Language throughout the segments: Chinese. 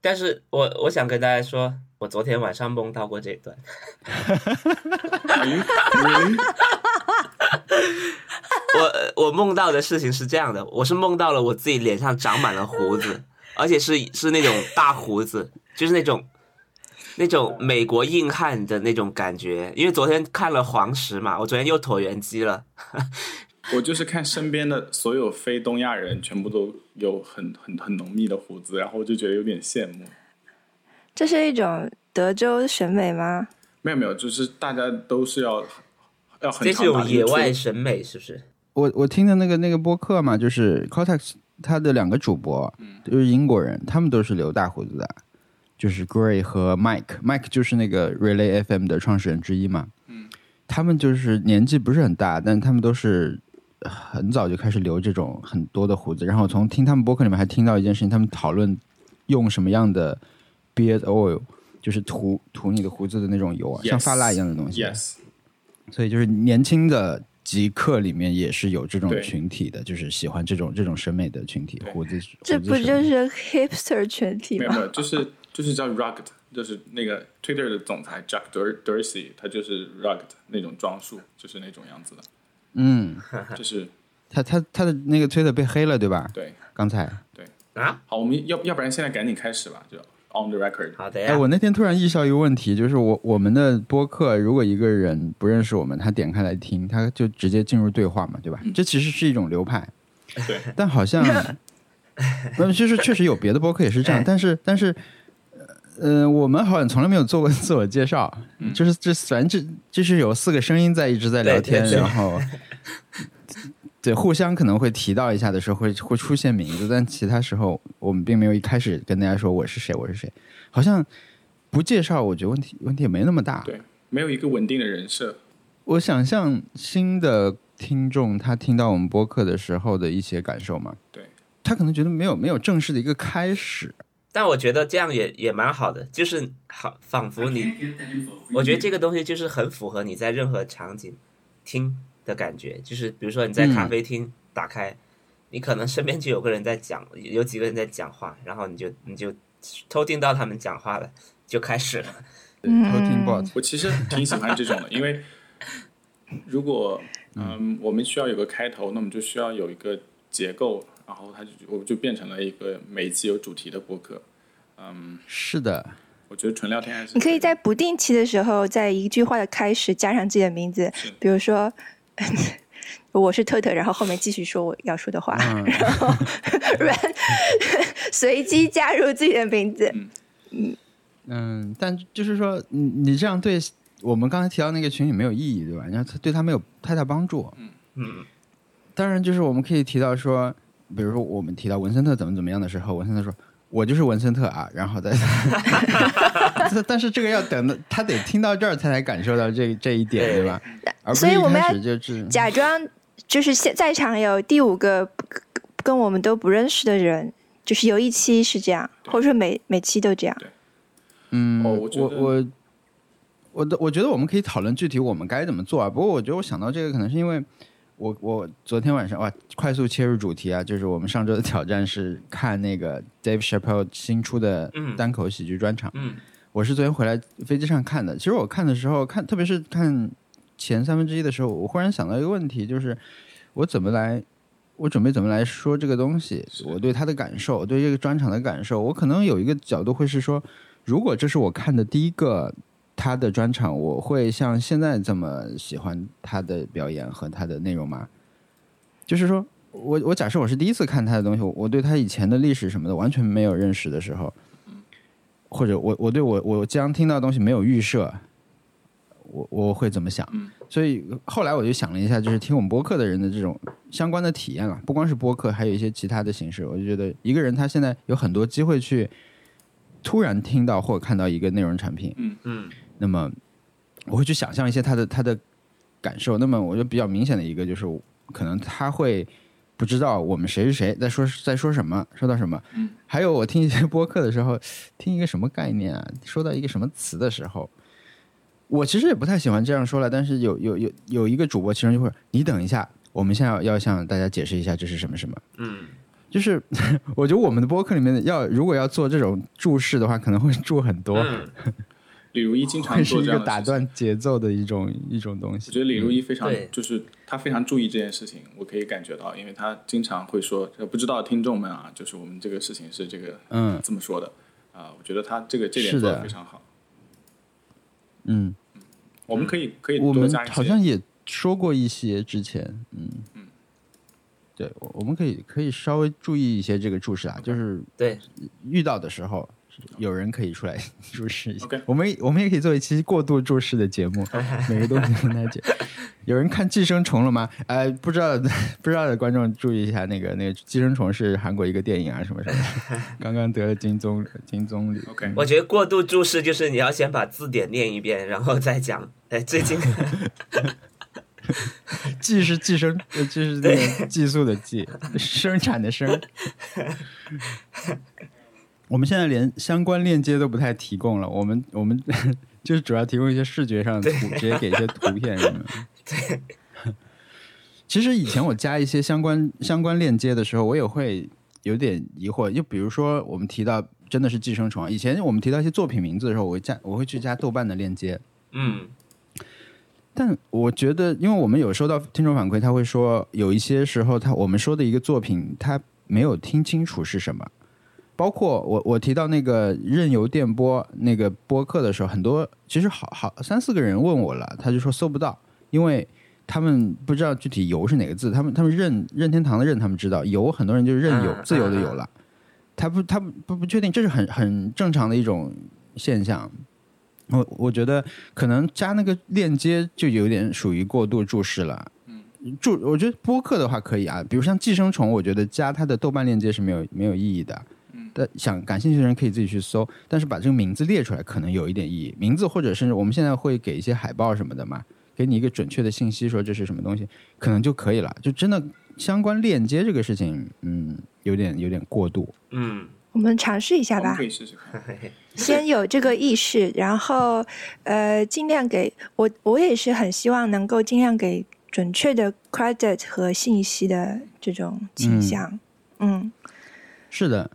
但是我我想跟大家说，我昨天晚上梦到过这一段，我我梦到的事情是这样的，我是梦到了我自己脸上长满了胡子，而且是是那种大胡子，就是那种那种美国硬汉的那种感觉。因为昨天看了黄石嘛，我昨天又椭圆机了，我就是看身边的所有非东亚人，全部都有很很很浓密的胡子，然后我就觉得有点羡慕。这是一种德州审美吗？没有没有，就是大家都是要要很这是一长种打野野外审美，是不是？我我听的那个那个播客嘛，就是 Cortex 他的两个主播，嗯就是英国人，他们都是留大胡子的，就是 Gray 和 Mike。Mike 就是那个 Relay FM 的创始人之一嘛。嗯，他们就是年纪不是很大，但他们都是很早就开始留这种很多的胡子。然后从听他们播客里面还听到一件事情，他们讨论用什么样的 beard oil，就是涂涂你的胡子的那种油啊 Yes 像发蜡一样的东西。 Yes，所以就是年轻的极客里面也是有这种对群体的，就是喜欢这种这种审美的群体，胡子这胡子不审就美是 hipster 群体没有没吗？有，就是就是叫 Rugged，就是那个 Twitter 的总裁 Jack Dur Dorsey，他就是 Rugged 那种装束，就是那种样子的，嗯，啊就是他他他的那个推特被黑了，对吧？对。刚才啊，好，我们要要不然现在赶紧开始吧，就 on the record。好的哎，呀，我那天突然意识到一个问题，就是我我们的播客，如果一个人不认识我们，他点开来听，他就直接进入对话嘛，对吧？嗯这其实是一种流派，对，但好 像，嗯，就是确实有别的播客也是这哎样，但是但是，呃，我们好像从来没有做过自我介绍，嗯就是这反正这就是有四个声音在一直在聊对对天，对然后 对互相可能会提到一下的时候会会出现名字，但其他时候我们并没有一开始跟大家说我是谁我是谁，好像不介绍，我觉得问题问题也没那么大。对，没有一个稳定的人设。我想象新的听众他听到我们播客的时候的一些感受嘛，对，他可能觉得没有没有正式的一个开始，但我觉得这样也也蛮好的，就是好，仿佛你，我觉得这个东西就是很符合你在任何场景听的感觉，就是比如说你在嗯咖啡厅打开，你可能身边就有个人在讲，有几个人在讲话，然后你就你就偷听到他们讲话了，就开始了。嗯偷听 bot， 我其实挺喜欢这种的，因为如果嗯我们需要有个开头，那我们就需要有一个结构，然后它就我们就变成了一个每一期有主题的播客。是的，我觉得纯聊天还是你可以在不定期的时候，在一句话的开始加上自己的名字，比如说。 我是特特，然后后面继续说我要说的话，嗯然 后 run 随机加入自己的名字，嗯，但就是说你你这样对我们刚才提到那个群体没有意义，对吧？然后他对他没有太大帮助，嗯嗯，当然就是我们可以提到说，比如说我们提到文森特怎么怎么样的时候，文森特说。我就是文森特啊，然后 再，但但是这个要等到他得听到这儿，他才感受到这这一点，对吧？啊而不是所以我一们开要始就是假装就是现在场有第五个跟我们都不认识的人，就是有一期是这样，或者说每每期都这样。嗯，哦我我觉得我我的我觉得我们可以讨论具体我们该怎么做啊。不过我觉得我想到这个，可能是因为我我昨天晚上哇，快速切入主题啊，就是我们上周的挑战是看那个 Dave Chappelle 新出的嗯单口喜剧专场。嗯，我是昨天回来飞机上看的。其实我看的时候看，特别是看前三分之一的时候，我忽然想到一个问题，就是我怎么来。我准备怎么来说这个东西？我对他的感受，我对这个专场的感受，我可能有一个角度会是说，如果这是我看的第一个他的专场，我会像现在这么喜欢他的表演和他的内容吗？就是说我我假设我是第一次看他的东西，我我对他以前的历史什么的完全没有认识的时候，或者我我对我我将听到的东西没有预设，我我会怎么想？所以后来我就想了一下，就是听我们播客的人的这种相关的体验了，不光是播客，还有一些其他的形式。我就觉得一个人他现在有很多机会去突然听到或看到一个内容产品，嗯嗯，那么我会去想象一些他的他的感受。那么我觉得比较明显的一个就是，可能他会不知道我们谁是谁在说在说什么，说到什么。嗯、还有我听一些播客的时候，听一个什么概念啊，说到一个什么词的时候。我其实也不太喜欢这样说了，但是有有有有一个主播，其中就会，你等一下，我们现在要要向大家解释一下这是什么什么。嗯，就是 我觉得我们的播客里面要如果要做这种注释的话，可能会注很多，嗯，李如一经常会是做一这个样的打事情。断节奏的一种一种东我西。觉得李如一非嗯常对，就是他非常注意这件事情，我可以感觉到，因为他经常会说，呃不知道听众们啊，就是我们这个事情是这个嗯这么说的啊、我觉得他这个这点是做的的非常好。嗯，我们可以可以我多们加一些，好像也说过一些之前，嗯嗯，对，我我们可以可以稍微注意一些这个注释啊，就是对，遇到的时候。有人可以出来注释一下 OK 我们我们也可以做一期过度注释的节目， 每个东西分开解。有人看《寄生虫》了吗？呃，不知道 不知道的观众注意一下，那个那个《寄生虫》是韩国一个电影啊，什么什么 的，刚刚得了金棕金棕榈。OK 我觉得过度注释就是你要先把字典念一遍，然后再讲。哎，最近 寄是寄生，呃就是那个寄宿的寄， 生产的 生。我们现在连相关链接都不太提供了，我们我们 就是主要提供一些视觉上的图，直接给一些图片什么 的。其实以前我加一些相关相关链接的时候，我也会有点疑惑，就比如说我们提到真的是寄生虫，啊以前我们提到一些作品名字的时候，我会加我会去加豆瓣的链接， 嗯，但我觉得，因为我们有收到听众反馈，他会说有一些时候他我们说的一个作品，他没有听清楚是什么。包括我我提到那个任由电波那个播客的时候，很多其实好好三四个人问我了，他就说搜不到，因为他们不知道具体“游”是哪个字，他们他们任任天堂的任他们知道，游很多人就是任由嗯自由的由了，他不他不不不确定，这是很很正常的一种现象。我我觉得可能加那个链接就有点属于过度注释了。嗯，注我觉得播客的话可以啊，比如像寄生虫，我觉得加它的豆瓣链接是没有没有意义的。嗯，但想感兴趣的人可以自己去搜，但是把这个名字列出来可能有一点意义。名字或者是我们现在会给一些海报什么的嘛，给你一个准确的信息，说这是什么东西，可能就可以了。就真的相关链接这个事情，嗯，有点有点过度。嗯，我们尝试一下我们吧可，以试试看。先有这个意识，然后呃，尽量给我，我也是很希望能够尽量给准确的 credit 和信息的这种倾向。嗯是的，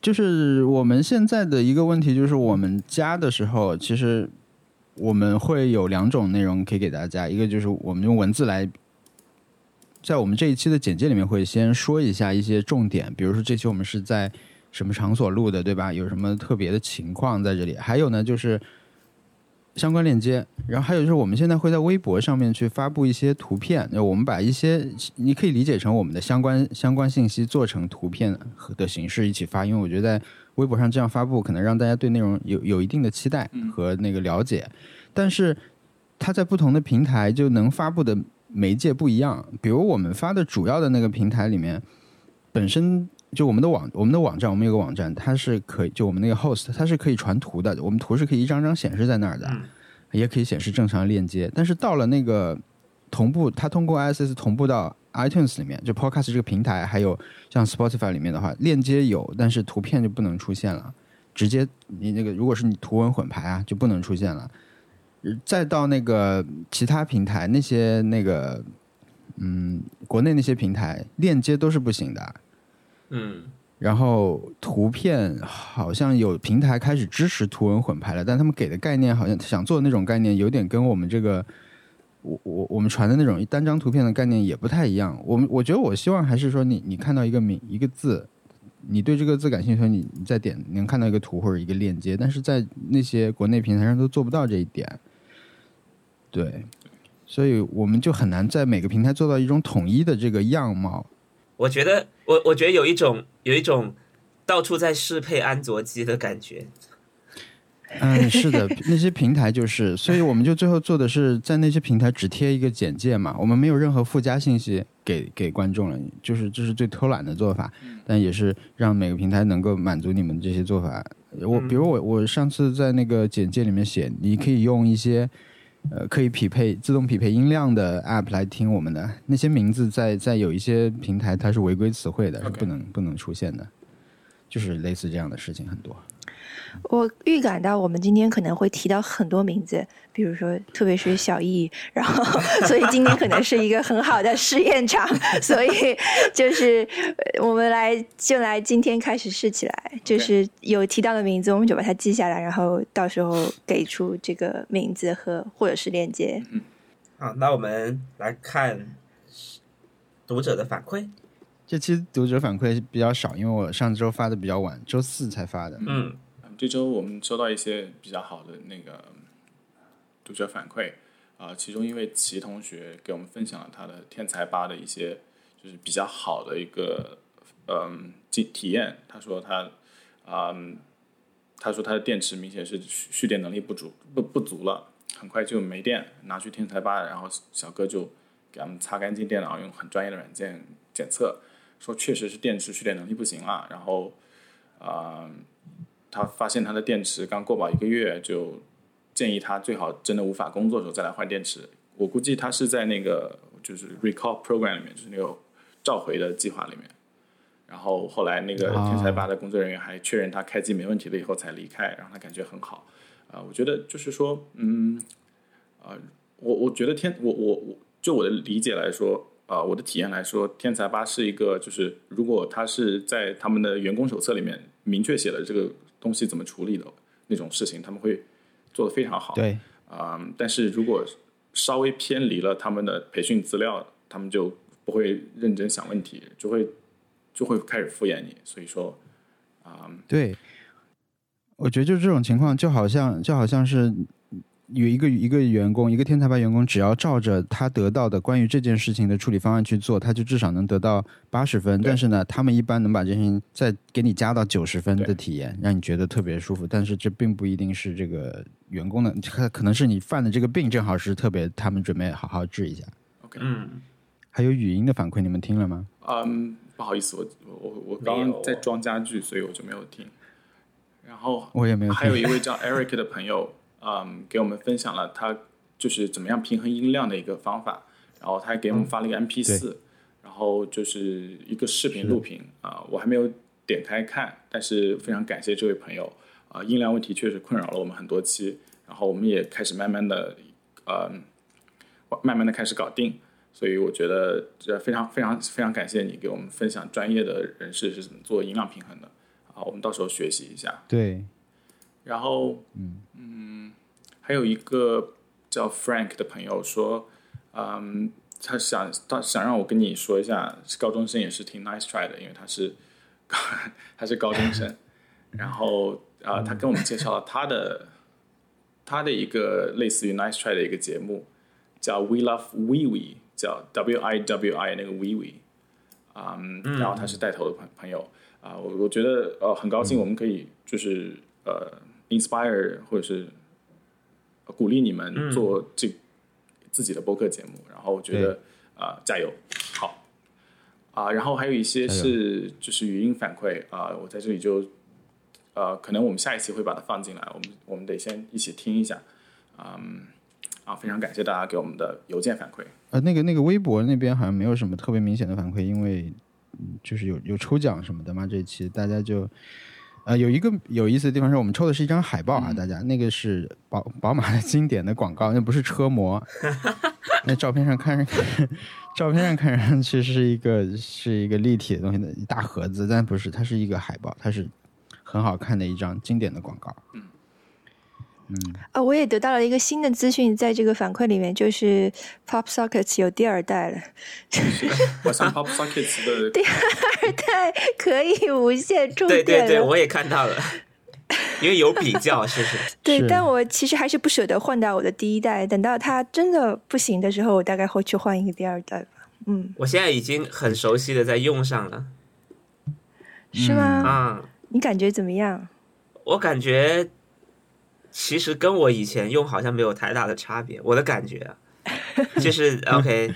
就是我们现在的一个问题，就是我们加的时候，其实我们会有两种内容可以给大家，一个就是我们用文字来，在我们这一期的简介里面会先说一下一些重点，比如说这期我们是在什么场所录的，对吧？有什么特别的情况在这里？还有呢，就是。相关链接，然后还有就是我们现在会在微博上面去发布一些图片，就我们把一些你可以理解成我们的相关相关信息做成图片和的形式一起发，因为我觉得在微博上这样发布，可能让大家对内容有有一定的期待和那个了解，但是它在不同的平台就能发布的媒介不一样，比如我们发的主要的那个平台里面，本身就我们的网我们的网站，我们有个网站，它是可以就我们那个 host 它是可以传图的，我们图是可以一张张显示在那儿的。也可以显示正常链接，但是到了那个同步，它通过 ISS 同步到 iTunes 里面，就 Podcast 这个平台，还有像 Spotify 里面的话，链接有，但是图片就不能出现了。直接你那个，如果是你图文混排啊，就不能出现了。呃再到那个其他平台，那些那个，嗯，国内那些平台链接都是不行的。嗯，然后图片好像有平台开始支持图文混排了，但他们给的概念好像想做的那种概念，有点跟我们这个我我我们传的那种单张图片的概念也不太一样。我们我觉得我希望还是说你你看到一个名一个字，你对这个字感兴趣，你你再点你能看到一个图或者一个链接，但是在那些国内平台上都做不到这一点。对，所以我们就很难在每个平台做到一种统一的这个样貌。我觉得我我觉得有一种有一种到处在适配安卓机的感觉。嗯，是的， 那些平台就是，所以我们就最后做的是在那些平台只贴一个简介嘛，我们没有任何附加信息给给观众了，就是这是最偷懒的做法，但也是让每个平台能够满足你们这些做法。我比如我我上次在那个简介里面写，你可以用一些。呃，可以匹配自动匹配音量的 app 来听我们的那些名字在，在有一些平台它是违规词汇的，是 OK 不能不能出现的，就是类似这样的事情很多。我预感到我们今天可能会提到很多名字，比如说，特别是小易，然后，所以今天可能是一个很好的试验场，所以就是呃我们来就来今天开始试起来，就是有提到的名字，我们就把它记下来，然后到时候给出这个名字和或者是链接。好，那我们来看读者的反馈。这期读者反馈比较少，因为我上周发的比较晚，周四才发的。嗯，嗯这周我们收到一些比较好的那个读者反馈啊、呃其中一位齐同学给我们分享了他的天才吧的一些就是比较好的一个嗯体体验。他说他嗯，他说他的电池明显是蓄蓄电能力不足不不足了，很快就没电，拿去天才吧，然后小哥就给他们擦干净电脑，用很专业的软件检测，说确实是电池蓄电能力不行了，然后啊。他发现他的电池刚过保一个月，就建议他最好真的无法工作的时候再来换电池。我估计他是在那个就是 recall program 里面，就是那个召回的计划里面。然后后来那个哦天才吧的工作人员还确认他开机没问题了以后才离开，让他感觉很好。啊、我觉得就是说，嗯，啊、我我觉得天，我我我就我的理解来说，啊、我的体验来说，天才吧是一个，就是如果他是在他们的员工手册里面明确写了这个东西怎么处理的那种事情，他们会做得非常好。对，啊、但是如果稍微偏离了他们的培训资料，他们就不会认真想问题，就会就会开始敷衍你。所以说，对，我觉得就这种情况，就好像就好像是有一个一个员工，一个天才吧员工，只要照着他得到的关于这件事情的处理方案去做，他就至少能得到八十分。对但是呢，他们一般能把这件事情再给你加到九十分的对体验，让你觉得特别舒服。但是这并不一定是这个员工的，可可能是你犯的这个病正好是特别，他们准备好好治一下。嗯，还有语音的反馈，你们听了吗？嗯，不好意思，我我我我刚没有啊刚在装家具，所以我就没有听。然后我也没有听还有一位叫 Eric 的朋友，嗯，给我们分享了他就是怎么样平衡音量的一个方法，然后他还给我们发了一个 MP 四、然后就是一个视频录屏啊、我还没有点开看，但是非常感谢这位朋友啊、音量问题确实困扰了我们很多期，然后我们也开始慢慢的，呃，慢慢的开始搞定，所以我觉得这非常非常非常感谢你给我们分享专业的人士是怎么做音量平衡的啊，我们到时候学习一下。对，然后，嗯还有一个叫 Frank 的朋友说，嗯，他想他想让我跟你说一下，高中生也是挺 nice try 的，因为他是 他是高中 生，然后啊、呃他跟我们介绍了他的他的一个类似于 nice try 的一个节目，叫 We Love We We，叫 W I W I 那个 We We，嗯，然后他是带头的朋朋友啊、我我觉得呃很高兴嗯我们可以就是呃 inspire 或者是呃鼓励你们嗯做这、自己的播客节目，然后我觉得啊、加油，好啊、然后还有一些是就是语音反馈啊、我在这里就呃可能我们下一期会把它放进来，我们我们得先一起听一下，嗯啊非常感谢大家给我们的邮件反 馈，呃，那个那个微博那边好像没有什么特别明显的反馈，因为嗯就是有有抽奖什么的嘛，这一期大家就。呃，有一个有意思的地方是我们抽的是一张海报啊，大家那个是宝宝马的经典的广告，那不是车模， 那照片上看上照片上看上去是一个是一个立体的东西的一大盒子，但不是，它是一个海报，它是很好看的一张经典的广告。啊、我也得到了一个新的资讯，在这个反馈里面，就是 Pop Sockets 有第二代了。我上 Pop Sockets 的太可以无限充电对了。对对，我也看到了，因为有比较，是不是？对是但我其实还是不舍得换掉我的第一代，等到它真的不行的时候，我大概会去换一个第二代吧。嗯，我现在已经很熟悉的在用上了是吗？啊、你感觉怎么样？我感觉其实跟我以前用好像没有太大的差别，我的感觉啊，就是 OK，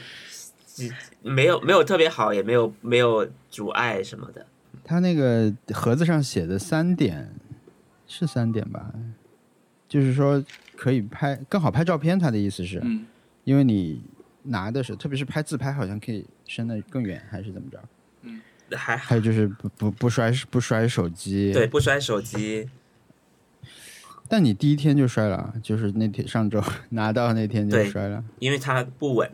没有没有特别好，也没有没有阻碍什么的。它那个盒子上写的三点是三点吧？就是说可以拍更好拍照片，他的意思是，嗯因为你拿的时候，特别是拍自拍，好像可以伸得更远，还是怎么着？还还有就是不不不摔不摔手机，对，不摔手机，但你第一天就摔了，就是那天上周 拿到那天就对摔了。因为它不稳。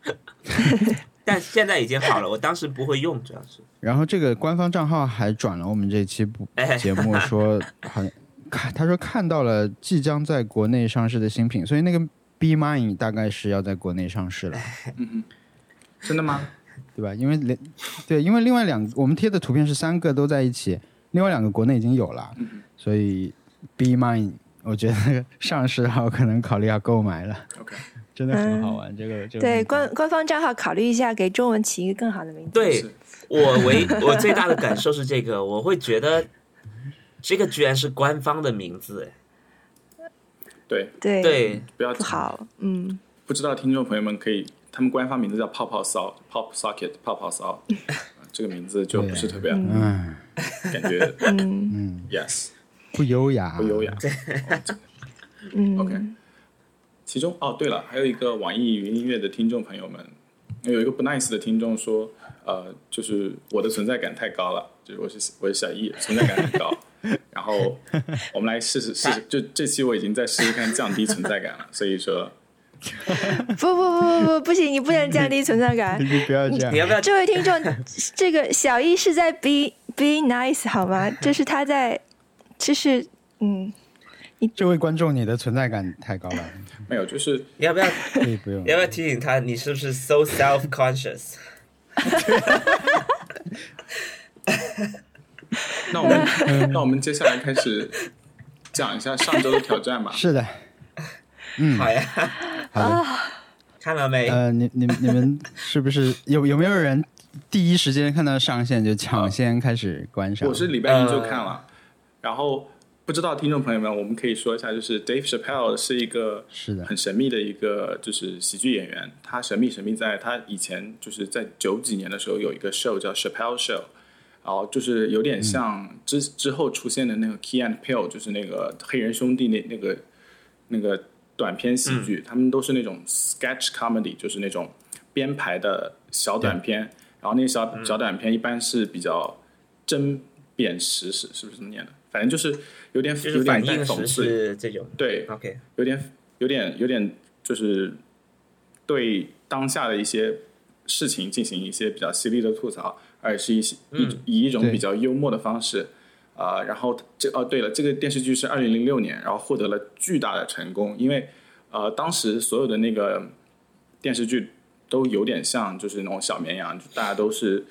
但现在已经好了，我当时不会用，主要是。然后这个官方账号还转了我们这期不哎节目说，好像看他说看到了即将在国内上市的新品，所以那个 B Mine 大概是要在国内上市了，嗯哼，真的吗？对吧？因为连对，因为另外两我们贴的图片是三个都在一起，另外两个国内已经有了，嗯所以 B Mine 我觉得上市后可能考虑要购买了，哼，OK，真的很好玩。这个这个对名字官官方账号考虑一下，给中文起一个更好的名字。对是我唯我最大的感受是这个，我会觉得这个居然是官方的名字，对，对哎，对，不要不好，嗯，不知道听众朋友们可以，他们官方名字叫泡泡骚 （Pop Socket） 泡泡骚，这个名字就不是特别嗯感觉，嗯，yes 不优雅，不 优雅。哦嗯 OK，其中哦，对了，还有一个网易云音乐的听众朋友们，有一个不 nice 的听众说，呃，就是我的存在感太高了，就是我是我是小易，存在感很高。然后我们来试试试试，就这期我已经在试试看降低存在感了，所以说不不不不不，不行，你不能降低存在感 你。不要这样你。要不要？这位听众，这个小易是在 be be nice 好吗？这是他在，这是嗯，这位观众，你的存在感太高了，没有，就是你 要不要？可以不用你。要不要提醒他？你是不是 so self conscious？那我们 那我们接下来开始讲一下上周的挑战啊吧。是的，哎好呀，嗯好的。 看到没？呃，你你你们是不是有有没有人第一时间看到上线就啊抢先开始观赏？我是礼拜一呃就看了，然后不知道听众朋友们，我们可以说一下，就是 Dave Chappelle 是一个是的很神秘的一个就是喜剧演员，他神秘神秘在他以前就是在九几年的时候有一个 show 叫 Chappelle Show。然后就是有嗯点像之之后出现的那个 Key and Peele，就是那个黑人兄弟那那个那个短片喜嗯剧，他们都是那种 sketch comedy，就是那种编排的小短片。然后那些小、嗯小短片一般是比较针砭时事，是不是这么念的？反正就是有点就有是点反带应讽时刺，是这种。对， OK，有点有点有点就是对当下的一些事情进行一些比较犀利的吐槽，而是一些、以以一种嗯对比较幽默的方式。啊、然后这哦，对了，这个电视剧是二零零六年，然后获得了巨大的成功，因为呃，当时所有的那个电视剧都有点像就是那种小绵羊，就大家都是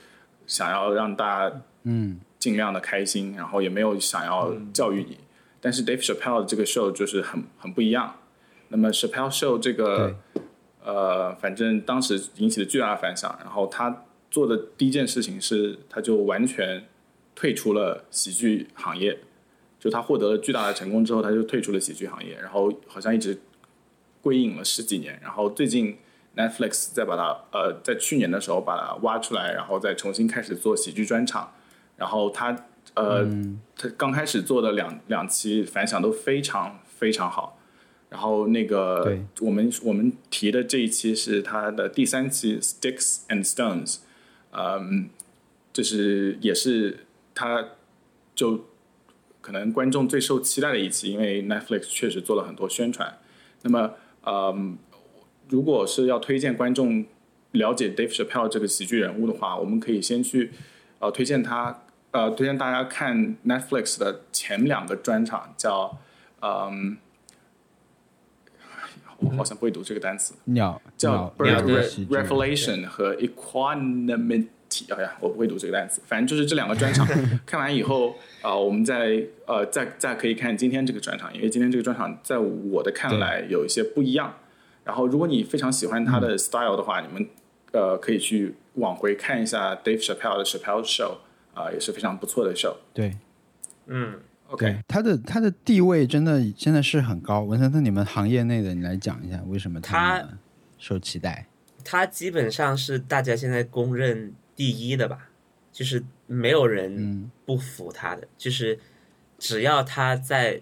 想要让大家嗯，尽量的开心，然后也没有想要教育你。但是 Dave Chappelle 的这个 show 就是很很不一样。那么 Chappelle show 这个呃，反正当时引起了巨大的反响。然后他做的第一件事情是，他就完全退出了喜剧行业。就他获得了巨大的成功之后，他就退出了喜剧行业，然后好像一直归隐了十几年。然后最近 Netflix 再把他呃，在去年的时候把他挖出来，然后再重新开始做喜剧专场。然后他呃，他刚开始做的两两期反响都非常非常好。然后那个对我们我们提的这一期是他的第三期 Sticks and Stones，嗯，就是也是他就可能观众最受期待的一期，因为 Netflix 确实做了很多宣传。那么，嗯，如果是要推荐观众了解 Dave Chappelle 这个喜剧人物的话，我们可以先去呃推荐他呃推荐大家看 Netflix 的前两个专场，叫嗯，我好像不会读这个单词，鸟叫鸟 Bird 鸟的 Re- 喜剧 Revelation 和 Equanimity。哎呀，我不会读这个单词，反正就是这两个专场看完以后，啊、我们再呃再再可以看今天这个专场，因为今天这个专场在我的看来有一些不一样。然后，如果你非常喜欢他的 style 的话，你们呃可以去往回看一下 Dave Chappelle 的 Chappelle Show，啊、也是非常不错的 show。对 OK，对，他的他的地位真的现在是很高。文森特，你们行业内的，你来讲一下为什么他那么受期待？他基本上是大家现在公认第一的吧，就是没有人不服他的，就是只要他在，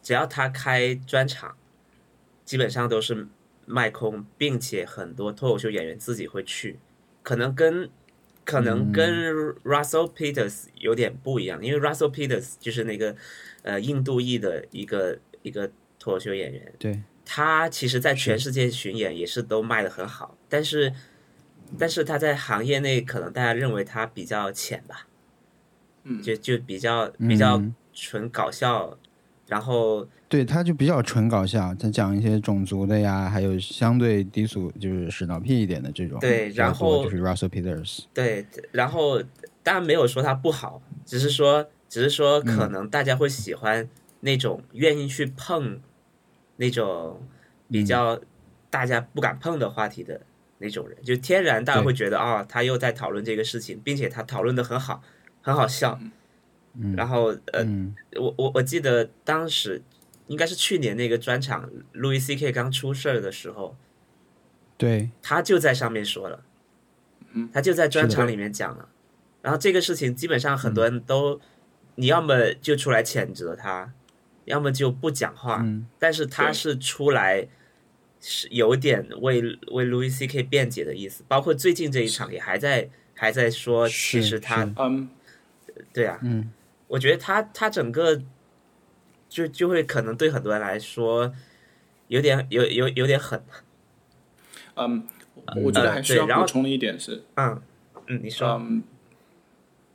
只要他开专场，基本上都是卖空，并且很多脱口秀演员自己会去，可能跟可能跟 Russell Peters 有点不一样，因为 Russell Peters 就是那个呃印度裔的一个一个脱口秀演员，对，他其实在全世界巡演也是都卖的很好，但是但是他在行业内可能大家认为他比较浅吧，嗯就就比较比较嗯纯搞笑，然后对，他就比较纯搞笑，他讲一些种族的呀，还有相对低俗，就是屎脑屁一点的这种。对比较然多后就是 Russell Peters，对，然后当然没有说他不好，只是说，只是说嗯可能大家会喜欢那种愿意去碰那种比嗯较大家不敢碰的话题的那种人，就天然大家会觉得啊、他又在讨论这个事情，并且他讨论的很好，很好笑。然后呃，嗯，我我我记得当时应该是去年那个专场，Louis C K 刚出事儿的时候，对，他就在上面说了，嗯他就在专场里面讲了。然后这个事情基本上很多人都，嗯你要么就出来谴责他，要么就不讲话。嗯但是他对是出来是有点为为 Louis C K 辩解的意思，包括最近这一场也还在还在说，是其实他是嗯，对啊，嗯，我觉得他他整个就就会可能对很多人来说有点有有有点狠，嗯，我觉得还需对要然后补充的一点是，嗯嗯，你说嗯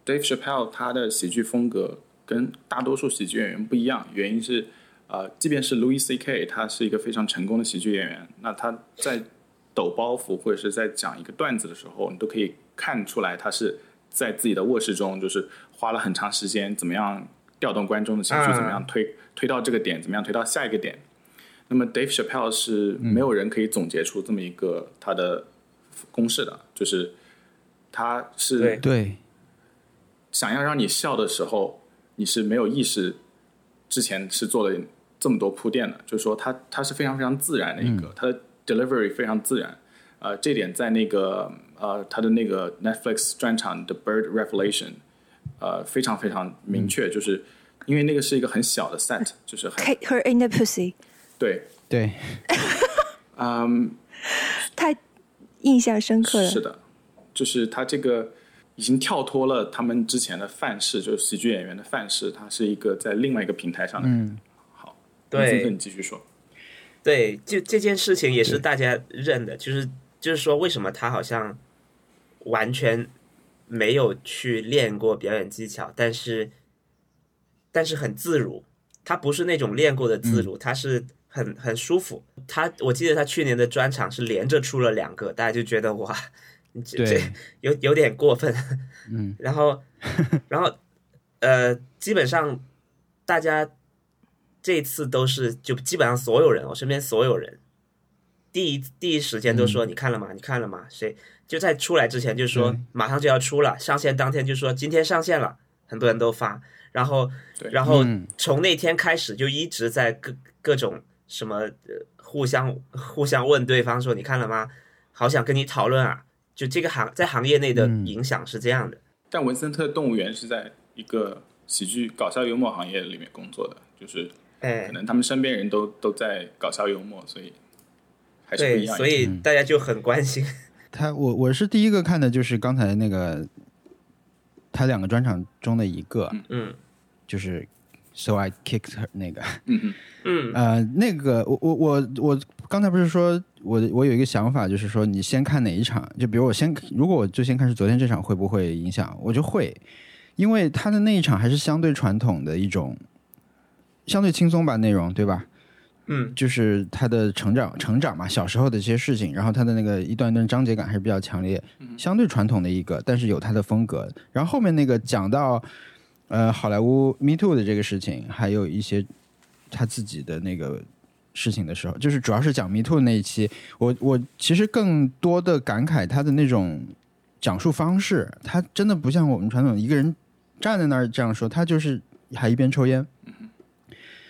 ，Dave Chappelle 他的喜剧风格跟大多数喜剧演员不一样，原因是，呃，即便是 Louis C.K. 他是一个非常成功的喜剧演员，那他在抖包袱或者是在讲一个段子的时候，你都可以看出来他是在自己的卧室中，就是花了很长时间，怎么样调动观众的情绪，嗯怎么样推推到这个点，怎么样推到下一个点。那么 Dave Chappelle 是没有人可以总结出这么一个他的公式的，就是他是对对，想要让你笑的时候，你是没有意识之前是做了这么多铺垫的，就是说它它是非常非常自然的一个，它的 delivery 非常自然。呃，这点在那个呃它的那个 Netflix 专场的 Bird Revelation，呃非常非常明确，就是因为那个是一个很小的 set，就是很 Take her in the pussy，对，对，太印象深刻是了。的，就是他这个已经跳脱了他们之前的范式，就是喜剧演员的范式，他是一个在另外一个平台上的人。好，对那你继续说。对，就这件事情也是大家认的，就是就是说，为什么他好像完全没有去练过表演技巧，但是但是很自如，他不是那种练过的自如，他是很很舒服。他我记得他去年的专场是连着出了两个，大家就觉得哇，你这这对，有有点过分，嗯，然 后然后呃，基本上大家这次都是就基本上所有人，我身边所有人，第一第一时间嗯都说、你看了吗？你看了吗？谁就在出来之前就说对马上就要出了，上线当天就说今天上线了，很多人都发，然后对然后嗯从那天开始就一直在各各种什么呃互相互相问对方说你看了吗？好想跟你讨论啊！就这个行在行业内的影响是这样的，但文森特动物园是在一个喜剧搞笑幽默行业里面工作的，就是哎可，能他们身边人都都在搞笑幽默，所以还是哎不一嗯对，样。所以大家就很关心。他我我是第一个看的，就是刚才那个他两个专场中的一个，嗯就是 So I Kicked Her 那个，嗯嗯，嗯，呃，那个我我我我刚才不是说我我有一个想法，就是说你先看哪一场，就比如我先如果我最先看是昨天这场会不会影响，我就会，因为他的那一场还是相对传统的一种，相对轻松吧内容，对吧？嗯，就是他的成长成长嘛，小时候的一些事情，然后他的那个一段一段章节感还是比较强烈，相对传统的一个，但是有他的风格。然后后面那个讲到呃好莱坞 Me Too 的这个事情，还有一些他自己的那个事情的时候，就是主要是讲 Me Too 那一期，我我其实更多的感慨他的那种讲述方式，他真的不像我们传统一个人站在那儿这样说，他就是还一边抽烟。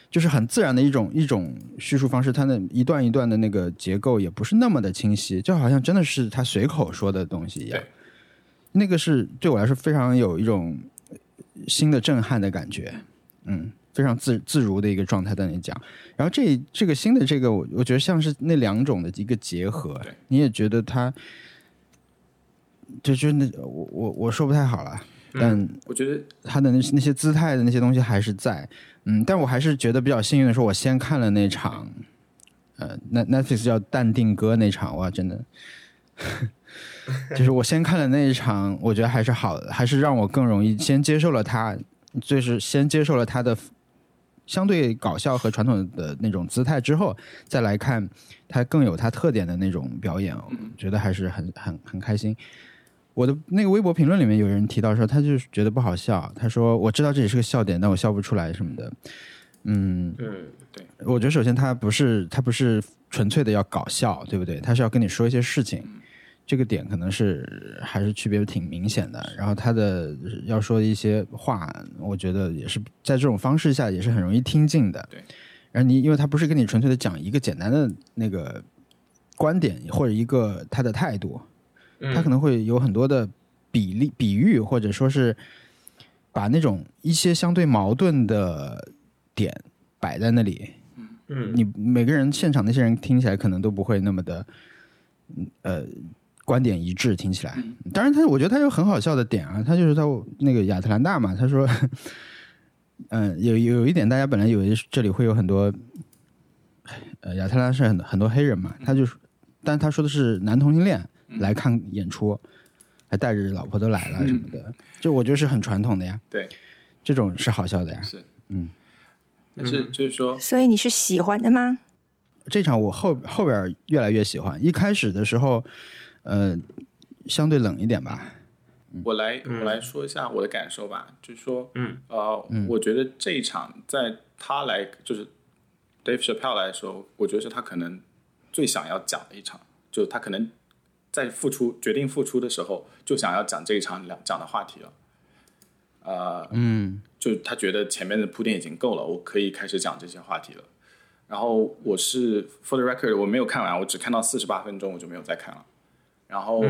就是很自然的一种一种叙述方式，它的一段一段的那个结构也不是那么的清晰，就好像真的是他随口说的东西一样对。那个是对我来说非常有一种新的震撼的感觉，嗯，非常自自如的一个状态在那里讲。然后这这个新的这个，我我觉得像是那两种的一个结合对，你也觉得它就就那我我我说不太好了，但我觉得他的那那些姿态的那些东西还是在，嗯，但我还是觉得比较幸运的是，我先看了那场，呃，那 Netflix 叫《淡定哥》那场，哇，真的，就是我先看了那一场，我觉得还是好的，还是让我更容易先接受了他，就是先接受了他的相对搞笑和传统的那种姿态之后，再来看他更有他特点的那种表演，我觉得还是很很很开心。我的那个微博评论里面有人提到说，他就是觉得不好笑，他说我知道这也是个笑点，但我笑不出来什么的。嗯，嗯，我觉得首先他不是他不是纯粹的要搞笑，对不对？他是要跟你说一些事情，这个点可能是还是区别挺明显的。然后他的呃要说的一些话，我觉得也是在这种方式下也是很容易听进的。对，然后你因为他不是跟你纯粹的讲一个简单的那个观点或者一个他的态度，他可能会有很多的比例、比喻，或者说是把那种一些相对矛盾的点摆在那里。嗯你每个人现场那些人听起来可能都不会那么的，嗯呃，观点一致。听起来，当然他我觉得他有很好笑的点啊，他就是他那个亚特兰大嘛，他说， 嗯、有有一点大家本来以为这里会有很多，呃，亚特兰大是很很多黑人嘛，他就是，但他说的是男同性恋来看演出，还带着老婆都来了什么的，这我觉得是很传统的呀，对，这种是好笑的呀。但是就是说，所以你是喜欢的吗？这场我后后边儿越来越喜欢。一开始的时候，呃，相对冷一点吧。我来我来说一下我的感受吧，就是说，嗯，呃，我觉得这一场在他来就是 Dave Chappelle 来说，我觉得是他可能最想要讲的一场，就是他可能在付出决定付出的时候，就想要讲这一场两讲的话题了。呃，嗯，就他觉得前面的铺垫已经够了，我可以开始讲这些话题了。然后我是 For the record，我没有看完，我只看到四十八分钟，我就没有再看了。然后。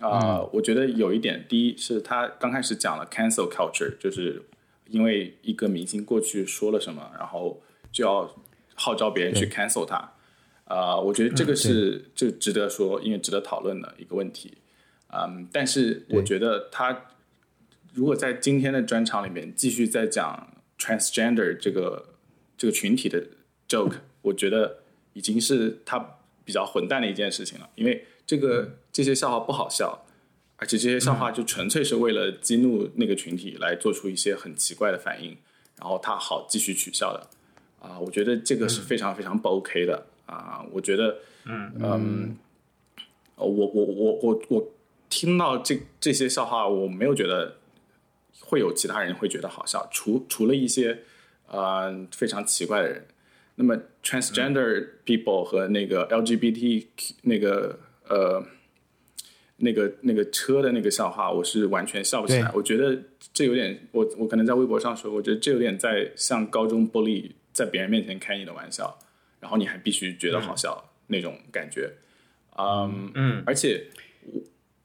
啊、我觉得有一点，第一是他刚开始讲了 cancel culture，就是因为一个明星过去说了什么，然后就要号召别人去 cancel 他。啊、我觉得这个是就值得说，因为值得讨论的一个问题。嗯，但是我觉得他如果在今天的专场里面继续再讲 transgender 这个这个群体的 joke，我觉得已经是他比较混蛋的一件事情了，因为这个这些笑话不好笑，而且这些笑话就纯粹是为了激怒那个群体来做出一些很奇怪的反应，然后他好继续取笑的。啊、我觉得这个是非常非常不 OK 的啊、我觉得，嗯呃我我我我我听到这这些笑话，我没有觉得会有其他人会觉得好笑，除除了一些呃非常奇怪的人。那么 transgender people 和那个 LGBT 那个呃那个那个车的那个笑话，我是完全笑不起来。我觉得这有点，我我可能在微博上说，我觉得这有点在像高中玻璃在别人面前开你的玩笑，然后你还必须觉得好笑、那种感觉。嗯嗯，而且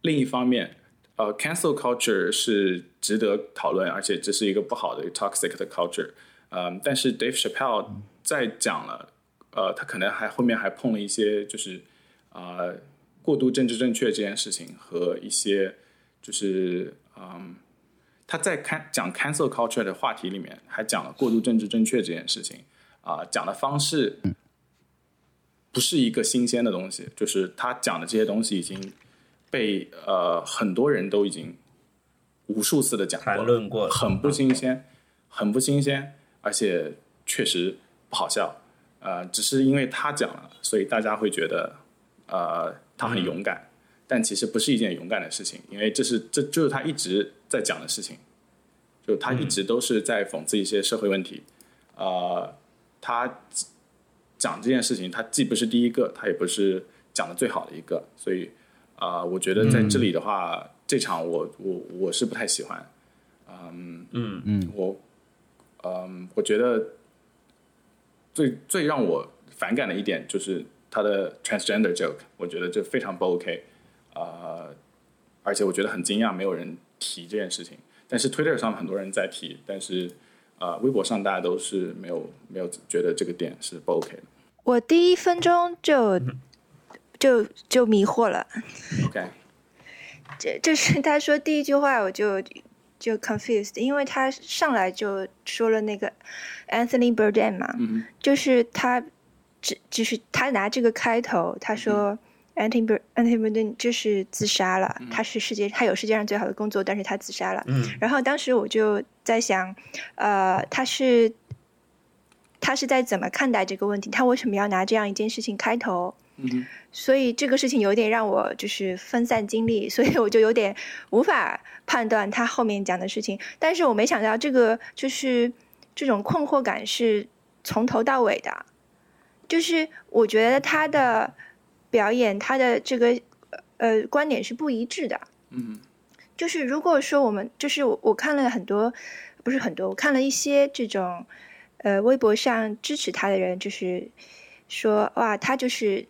另一方面，呃，cancel culture 是值得讨论，而且这是一个不好的 toxic 的 culture。嗯，但是 Dave Chappelle 在讲了，呃，他可能还后面还碰了一些就是呃过度政治正确这件事情和一些就是嗯，他在看讲 cancel culture 的话题里面还讲了过度政治正确这件事情啊、讲的方式不是一个新鲜的东西，就是他讲的这些东西已经被呃很多人都已经无数次的讲过了谈论过了很不新鲜，很不新鲜，而且确实不好笑。呃，只是因为他讲了，所以大家会觉得呃他很勇敢，但其实不是一件勇敢的事情，因为这是这就是他一直在讲的事情，就他一直都是在讽刺一些社会问题。呃，他讲这件事情，他既不是第一个，他也不是讲的最好的一个，所以啊、呃我觉得在这里的话，这场我我我是不太喜欢，嗯嗯嗯，我嗯，我觉得最最让我反感的一点就是他的 transgender joke，我觉得这非常不 OK，呃，而且我觉得很惊讶没有人提这件事情，但是 Twitter 上很多人在提，但是呃，微博上大家都是没有没有觉得这个点是不 OK 的我第一分钟就就就迷惑了， ，OK，这这是 他说第一句话，我就就 confused，因为他上来就说了那个 Anthony Bourdain 嘛，嗯就是他只就是他拿这个开头，他说 Anthony Bour- Anthony Bourdain 就是自杀了，他是世界他有世界上最好的工作，但是他自杀了。嗯然后当时我就在想，呃，他是他是在怎么看待这个问题？他为什么要拿这样一件事情开头？哼，嗯所以这个事情有点让我就是分散精力，所以我就有点无法判断他后面讲的事情。但是我没想到这个就是这种困惑感是从头到尾的，就是我觉得他的表演，他的这个呃观点是不一致的。嗯就是如果说我们，就是我我看了很多，不是很多，我看了一些这种，呃，微博上支持他的人，就是说哇，他就是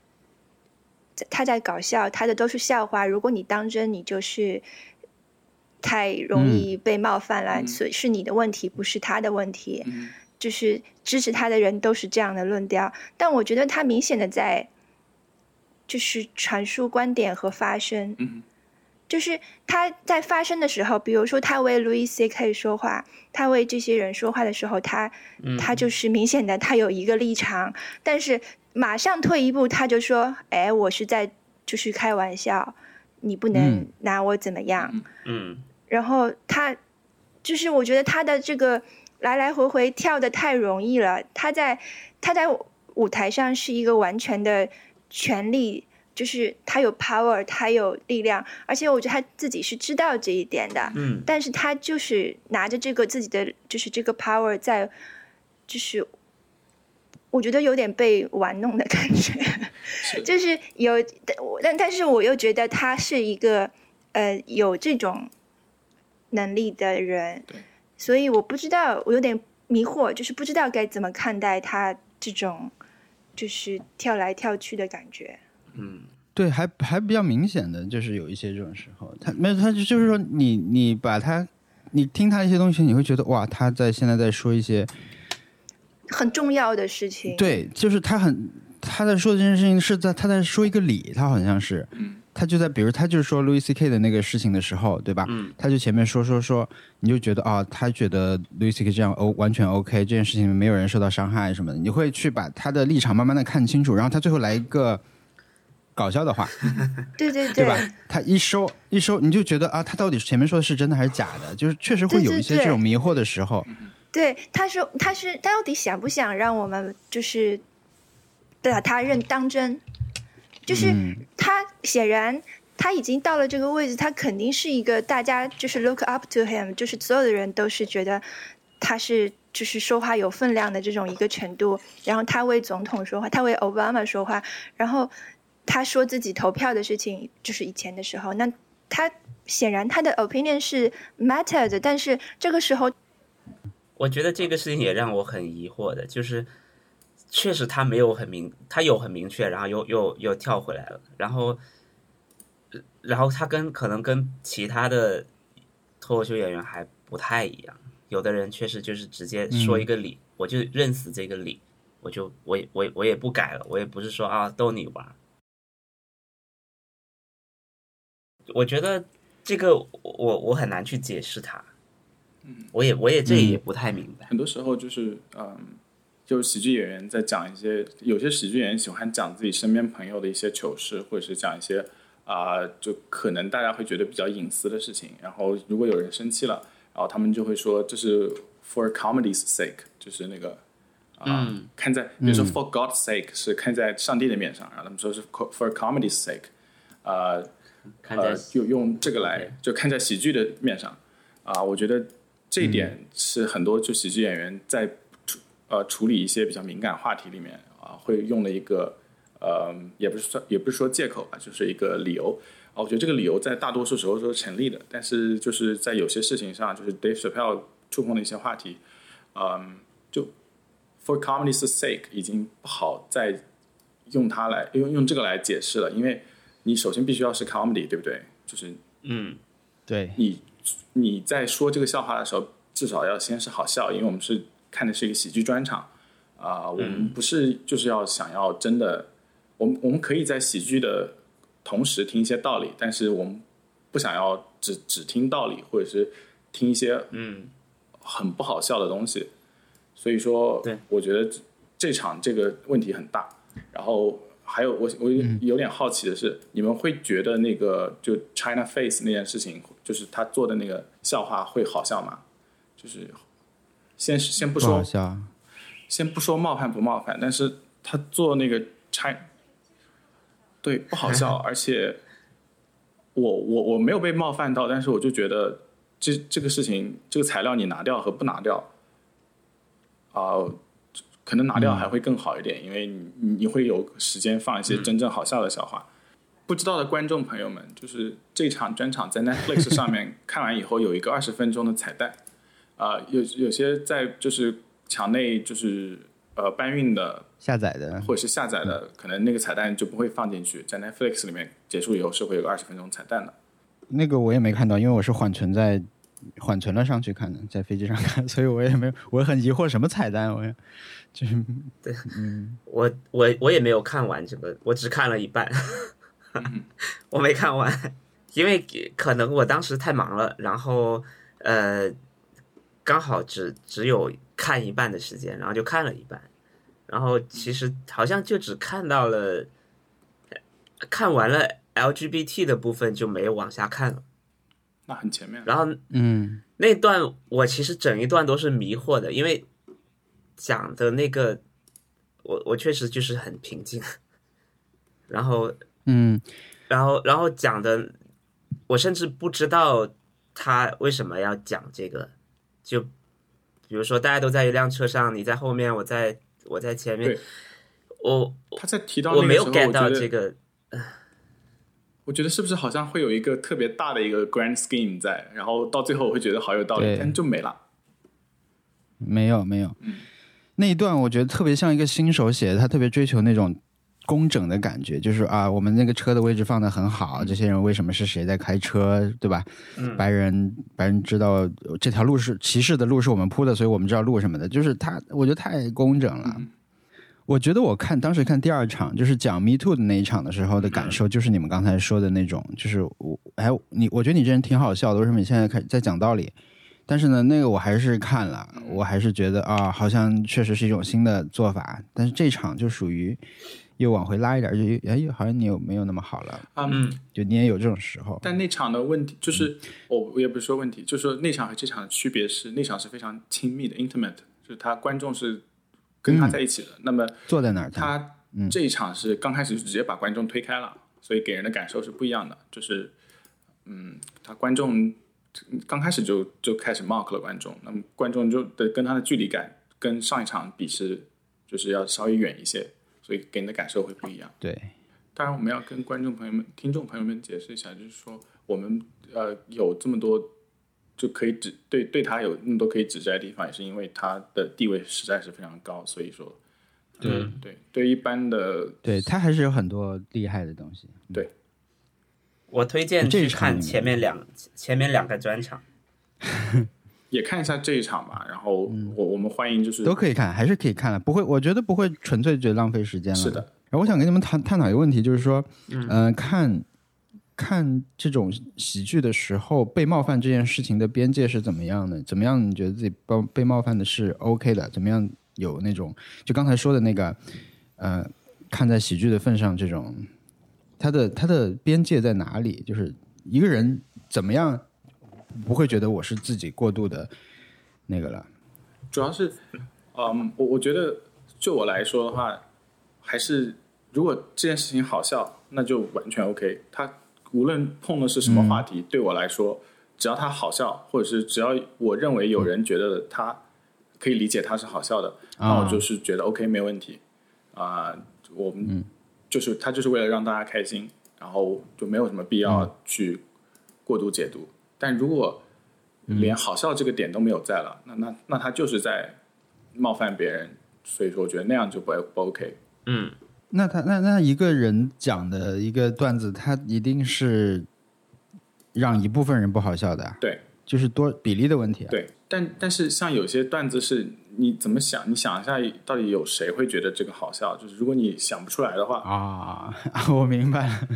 在他在搞笑，他的都是笑话。如果你当真，你就是太容易被冒犯了，嗯所以是你的问题，不是他的问题。嗯就是支持他的人都是这样的论调，但我觉得他明显的在就是传输观点和发声。嗯就是他在发声的时候，比如说他为 Louis C K 说话，他为这些人说话的时候，他嗯，他就是明显的他有一个立场，但是马上退一步，他就说：“哎，我是在就是开玩笑，你不能嗯拿我怎么样。嗯然后他就是我觉得他的这个来来回回跳的太容易了，他在他在舞台上是一个完全的权力，就是他有 power，他有力量，而且我觉得他自己是知道这一点的，嗯但是他就是拿着这个自己的就是这个 power 在，就是我觉得有点被玩弄的感觉。是就是有，但我但但是我又觉得他是一个呃有这种能力的人对，所以我不知道，我有点迷惑，就是不知道该怎么看待他这种就是跳来跳去的感觉。嗯对，还还比较明显的就是有一些这种时候，他没有，他就就是说你你把他，你听他一些东西，你会觉得哇，他在现在在说一些，很重要的事情，对，就是他很他在说这件事情是在他在说一个理，他好像是，嗯他就在比如他就是说 Louis C K 的那个事情的时候，对吧？嗯他就前面说说说，你就觉得啊、他觉得 Louis C K 这样 O 完全 OK，这件事情没有人受到伤害什么的，你会去把他的立场慢慢的看清楚，然后他最后来一个搞笑的话，对对对对吧？他一收一收，你就觉得啊，他到底前面说的是真的还是假的？就是确实会有一些对对对这种迷惑的时候。对，他说他是他到底想不想让我们就是把他认当真？就是他显然他已经到了这个位置，他肯定是一个大家就是 look up to him，就是所有的人都是觉得他是就是说话有分量的这种一个程度。然后他为总统说话，他为奥巴马说话，然后他说自己投票的事情，就是以前的时候，那他显然他的 opinion 是 matter 的，但是这个时候 我觉得这个事情也让我很疑惑的，就是确实他没有很明，他有很明确，然后又又又跳回来了，然后，然后他跟可能跟其他的脱口秀演员还不太一样，有的人确实就是直接说一个理，我就认死这个理，我就我也我也我也不改了，我也不是说啊逗你玩儿，我觉得这个我我我很难去解释它。我也我也这也不太明白。很多时候就是嗯，就喜剧演员在讲一些，有些喜剧演员喜欢讲自己身边朋友的一些糗事，或者是讲一些啊、就可能大家会觉得比较隐私的事情。然后如果有人生气了，然后他们就会说这是 for comedy's sake，就是那个。啊、看在比如说 for God's sake、是看在上帝的面上，然后他们说是 co- for comedy's sake，啊、看在呃，用用这个来就看在喜剧的面上啊、我觉得这一嗯点是很多就喜剧演员在处呃处理一些比较敏感话题里面啊、会用的一个呃，也不是说也不是说借口吧，就是一个理由啊、我觉得这个理由在大多数时候都是成立的，但是就是在有些事情上，就是 Dave Chappelle 触碰的一些话题，嗯，就 for comedy's sake 已经不好再用它来用用这个来解释了，因为你首先必须要是 comedy，对不对？就是嗯对，你你在说这个笑话的时候，至少要先是好笑，因为我们是看的是一个喜剧专场啊、我们不是就是要想要真的，我们我们可以在喜剧的同时听一些道理，但是我们不想要只只听道理，或者是听一些嗯很不好笑的东西。所以说，对，我觉得这场这个问题很大。然后还有我我嗯有点好奇的是，你们会觉得那个就 China Face 那件事情，就是他做的那个笑话会好笑吗？就是先先不不说好笑啊。先不说冒犯不冒犯，但是他做那个拆，对，不好笑，而且我我我没有被冒犯到，但是我就觉得这这个事情，这个材料你拿掉和不拿掉，啊、可能拿掉还会更好一点，因为你你你会有时间放一些真正好笑的笑话。不知道的观众朋友们，就是这场专场在 Netflix 上面看完以后有一个二十分钟的彩蛋，啊、有有些在就是墙内就是呃搬运的下载的，或者是下载的，可能那个彩蛋就不会放进去，在 Netflix 里面结束以后是会有个二十分钟彩蛋的。那个我也没看到，因为我是缓存在缓存了上去看的，在飞机上看，所以我也没有，我很疑惑什么彩蛋，我也就是我我我也没有看完这个，我只看了一半， 我没看完，因为可能我当时太忙了，然后呃，刚好只只有看一半的时间，然后就看了一半，然后其实好像就只看到了，呃看完了 LGBT 的部分就没有往下看了，那很前面，然后嗯那段我其实整一段都是迷惑的，因为讲的那个我我确实就是很平静，然后嗯然后然后讲的我甚至不知道他为什么要讲这个，就比如说大家都在一辆车上，你在后面，我在我在前面对，我他在提到那我个没时候，有 get 到我觉这得，个，我觉得是不是好像会有一个特别大的一个 grand scheme 在，然后到最后我会觉得好有道理对，但就没了。没有没有，那一段我觉得特别像一个新手写的，他特别追求那种工整的感觉，就是啊，我们那个车的位置放的很好，这些人为什么是谁在开车，对吧？白人白人知道呃这条路是歧视的路是我们铺的，所以我们知道路什么的，就是他，我觉得太工整了。嗯我觉得我看当时看第二场，就是讲 Me Too 的那一场的时候的感嗯受，就是你们刚才说的那种，就是我哎，你我觉得你这人挺好笑的，为什么你现在开在讲道理？但是呢，那个我还是看了，嗯我还是觉得啊，好像确实是一种新的做法。但是这场就属于又往回拉一点，就又哎，又好像你有没有那么好了，嗯，就你也有这种时候。但那场的问题就是，我、我也不是说问题，就是说那场和这场的区别是，那场是非常亲密的 intimate，就是他观众是跟他在一起的，那么坐在那儿看，他这一场是刚开始就直接把观众推开了，所以给人的感受是不一样的。就是，嗯，他观众刚开始就就开始 mark 了观众，那么观众就的跟他的距离感跟上一场比是就是要稍微远一些，所以给人的感受会不一样。对，当然，我们要跟观众朋友们、听众朋友们解释一下，就是说我们呃有这么多就可以指对对他有那么多可以指摘的地方，也是因为他的地位实在是非常高，所以说，对对对，一般的对他还是有很多厉害的东西。我推荐这去一场看前面两前面两个专场。也看一下这一场吧。然后我我们欢迎就是都可以看，还是可以看的，不会，我觉得不会纯粹觉得浪费时间了。是的。然后我想跟你们探探讨一个问题，就是说，嗯、看看这种喜剧的时候，被冒犯这件事情的边界是怎么样的？怎么样你觉得自己被被冒犯的是 OK 的？怎么样有那种就刚才说的那个，呃，看在喜剧的份上，这种它的它的边界在哪里？就是一个人怎么样不会觉得我是自己过度的那个了？主要是，嗯，我我觉得就我来说的话，还是如果这件事情好笑，那就完全 OK。他无论碰的是什么话题，对我来说，只要他好笑，或者是只要我认为有人觉得他可以理解他是好笑的，那我就是觉得 OK 没问题。啊、我们、就是他就是为了让大家开心，然后就没有什么必要去过度解读。但如果连好笑这个点都没有在了，那那那他就是在冒犯别人，所以说我觉得那样就不不 OK。那他那那一个人讲的一个段子，他一定是让一部分人不好笑的啊，对就是多比例的问题啊。对，但但是像有些段子是你怎么想，你想一下到底 有谁会觉得这个好笑？就是如果你想不出来的话，啊，我明白了。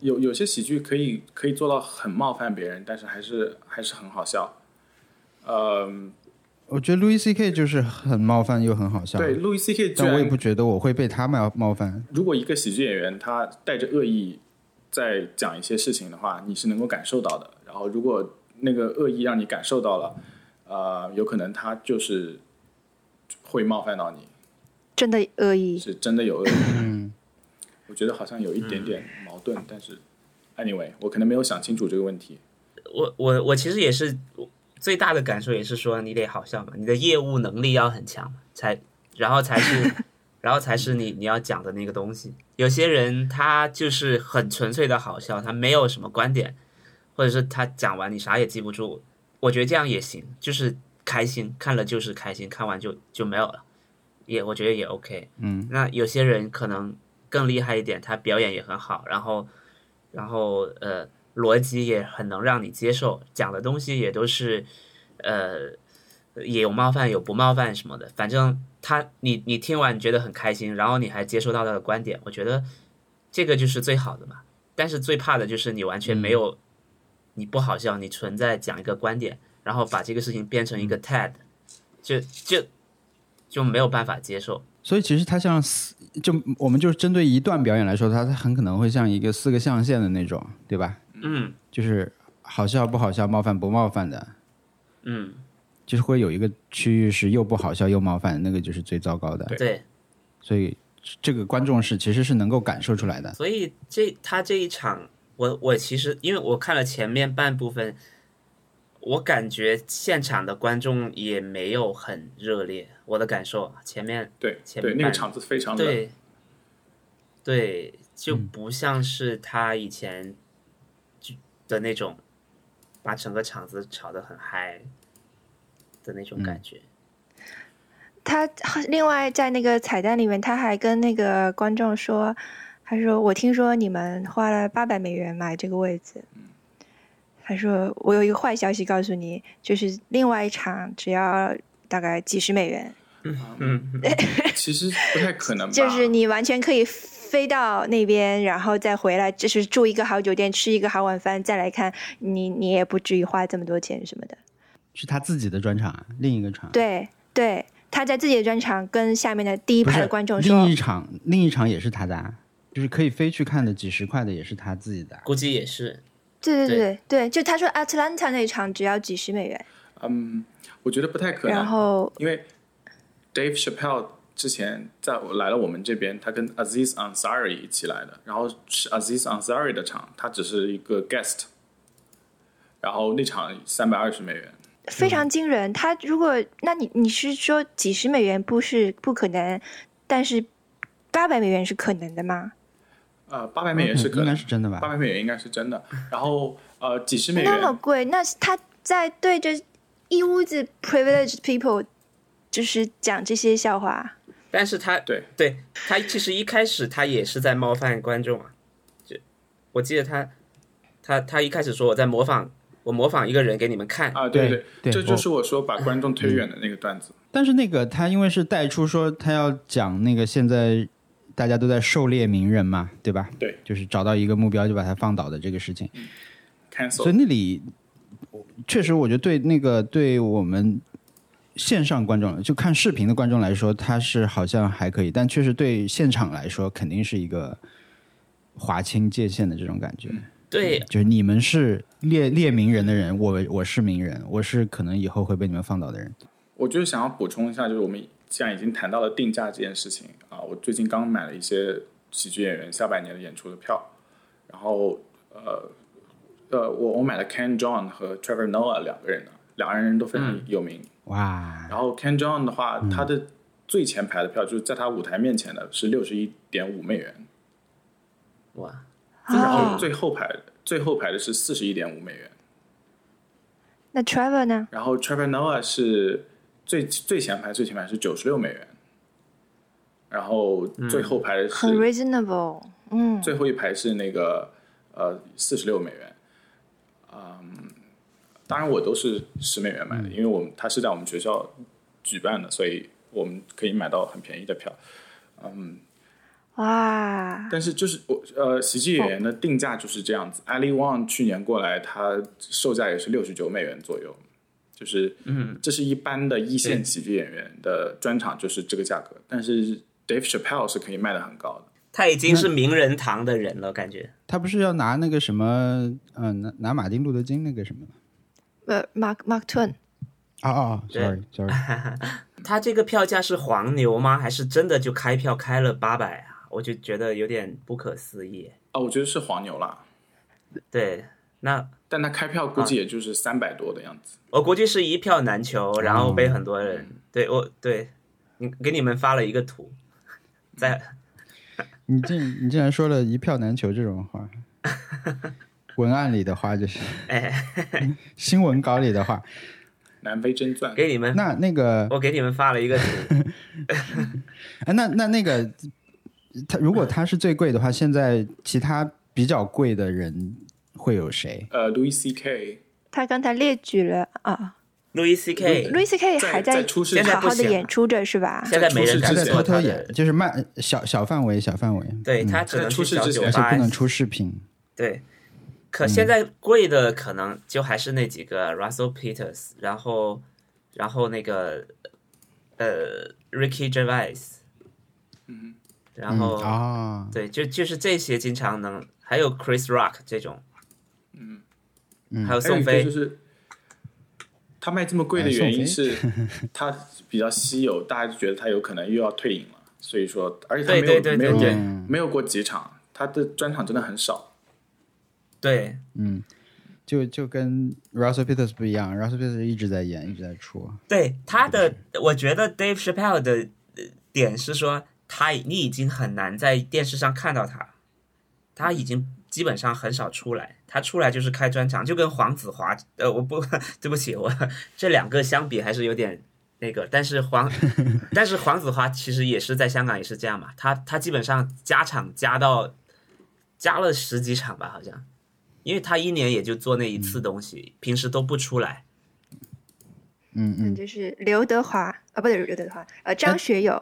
有有些喜剧可以可以做到很冒犯别人，但是还是还是很好笑。嗯，我觉得 Louis C K 就是很冒犯又很好笑，对，路易 C K 居但我也然不觉得我会被他冒冒犯。如果一个喜剧演员他带着恶意在讲一些事情的话，你是能够感受到的。然后如果那个恶意让你感受到了，呃，有可能他就是会冒犯到你，真的恶意。是真的有恶意。我觉得好像有一点点矛盾，但是 anyway，我可能没有想清楚这个问题。我我我其实也是最大的感受也是说，你得好笑嘛，你的业务能力要很强，才然后才是然后才是你你要讲的那个东西。有些人他就是很纯粹的好笑，他没有什么观点，或者是他讲完你啥也记不住，我觉得这样也行，就是开心，看了就是开心，看完就就没有了，也我觉得也 OK。嗯，那有些人可能更厉害一点，他表演也很好，然后然后呃逻辑也很能让你接受，讲的东西也都是呃也有冒犯有不冒犯什么的，反正他你你听完你觉得很开心，然后你还接收到他的观点，我觉得这个就是最好的嘛。但是最怕的就是你完全没有，你不好笑，你纯在讲一个观点，然后把这个事情变成一个 TED，就就就没有办法接受。所以其实它像四，就我们就是针对一段表演来说，它很可能会像一个四个象限的那种，对吧？嗯就是好笑不好笑，冒犯不冒犯的，嗯，就是会有一个区域是又不好笑又冒犯，那个就是最糟糕的。对对，所以这个观众是其实是能够感受出来的。所以这他这一场，我我其实因为我看了前面半部分，我感觉现场的观众也没有很热烈，我的感受啊前面对前对，半那个场子非常冷。对对就不像是他以前就的那种，把整个场子炒得很嗨的那种感觉。他另外在那个彩蛋里面，他还跟那个观众说，他说：“我听说你们花了八百美元买这个位置。”他说：“我有一个坏消息告诉你，就是另外一场只要大概几十美元，嗯，其实不太可能吧？ 就是你完全可以飞到那边，然后再回来，就是住一个好酒店，吃一个好晚饭，再来看你，你也不至于花这么多钱什么的。”是他自己的专场啊，另一个场对对，他在自己的专场跟下面的第一不排是的观众另说一场另一场也是他的啊，就是可以飞去看的几十块的也是他自己的啊。估计也是。：“对对对对对，就他说 Atlanta 那一场只要几十美元。”嗯，我觉得不太可能。然后因为 Dave Chappelle 之前在我来了我们这边，他跟 Aziz Ansari 一起来的，然后是 Aziz Ansari 的场，他只是一个 guest，然后那场三百二十美元，非嗯常惊人。他如果，那你你是说几十美元不是不可能，但是八百美元是可能的吗？呃，八百美元是可应该能嗯是，真的八吧？百美元应该是真的，然后呃几十美那么元，贵，那是他在对着一屋子 privileged people 就是讲这些笑话，但是他对对他其实一开始他也是在冒犯观众啊，就我记得他他他一开始说我在模仿我模仿一个人给你们看，啊对对对这就是我说把观众推远的那个段子，但是那个他因为是带出说他要讲那个现在大家都在狩猎名人嘛，对吧？对，就是找到一个目标就把他放倒的这个事情。所以 cancel，那里我确实，我觉得对那个对我们线上观众，就看视频的观众来说，它是好像还可以，但确实对现场来说，肯定是一个划清界限的这种感觉。对就是你们是列列名人的人，我我是名人，我是可能以后会被你们放倒的人。我就是想要补充一下，就是我们既然已经谈到了定价这件事情啊，我最近刚买了一些喜剧演员下半年的演出的票，然后呃呃，我我买了 Ken John 和 Trevor Noah 两个人的，两个人都非常有名。哇，然后 Ken John 的话，他的最前排的票就是在他舞台面前的是六十一点五美元，嗯哇，然后哦最后排最后排的是四十一点五美元。那 Trevor 呢？然后 Trevor Noah 是最最前排，最前排是九十六美元，然后最后排是、很 reasonable，嗯，最后一排是那个呃四十六美元，嗯，当然我都是十美元买的，因为我们它是在我们学校举办的，所以我们可以买到很便宜的票，哇，但是就是我呃，喜剧演员的定价就是这样子。Ali Wong 去年过来，他售价也是六十九美元左右，就是嗯，这是一般的一线喜剧演员的专场就是这个价格，但是 Dave Chappelle 是可以卖的很高的。他已经是名人堂的人了，感觉他不是要拿那个什么，嗯、拿拿马丁路德金那个什么吗？呃，Mark Mark Twain，啊啊啊，sorry sorry，他这个票价是黄牛吗？还是真的就开票开了八百啊？我就觉得有点不可思议。啊，我觉得是黄牛啦，对，那但他开票估计也就是三百多的样子。我估计是一票难嗯求，然后被很多人、对我对，你给你们发了一个图，在你竟你竟然说了一票难求这种话， 文案里的话就是，哎新闻稿里的话，南非真钻，给你们那那个我给你们发了一个图，哎，那那那个，他如果他是最贵的话，现在其他比较贵的人会有谁？呃，Louis C.K. 他刚才列举了啊路易 C K， ，Louis C K 在还在出事现在好不好的行演出着是吧？现在没人敢在出事他在之前做偷他偷的演，就是慢小小范围，小范围，对嗯他只能去出事小之酒前而且吧，不能出视频。对，可现在贵的可能就还是那几个 Russell Peters，然后然后那个呃 Ricky Gervais，嗯，然后、嗯啊，对，就就是这些经常能，还有 Chris Rock 这种，嗯，还有还有宋一个飞，就是，他卖这么贵的原因是他比较稀有，大家就觉得他有可能又要退隐了，所以说，而且他没有对对对没有对演没有过几场，他的专场真的很少。对就就跟 Russell Peters 不一样，Russell Peters 一直在演，一直在出。对他的，我觉得 Dave Chappelle 的呃点是说，他你已经很难在电视上看到他，他已经基本上很少出来，他出来就是开专场，就跟黄子华，呃，我不， 对不起，我这两个相比还是有点那个，但是黄，但是黄子华其实也是在香港也是这样嘛，他他基本上加场加到加了十几场吧，好像，因为他一年也就做那一次东西，平时都不出来。嗯嗯，嗯，就是刘德华啊，不对，刘德华，呃，张学友，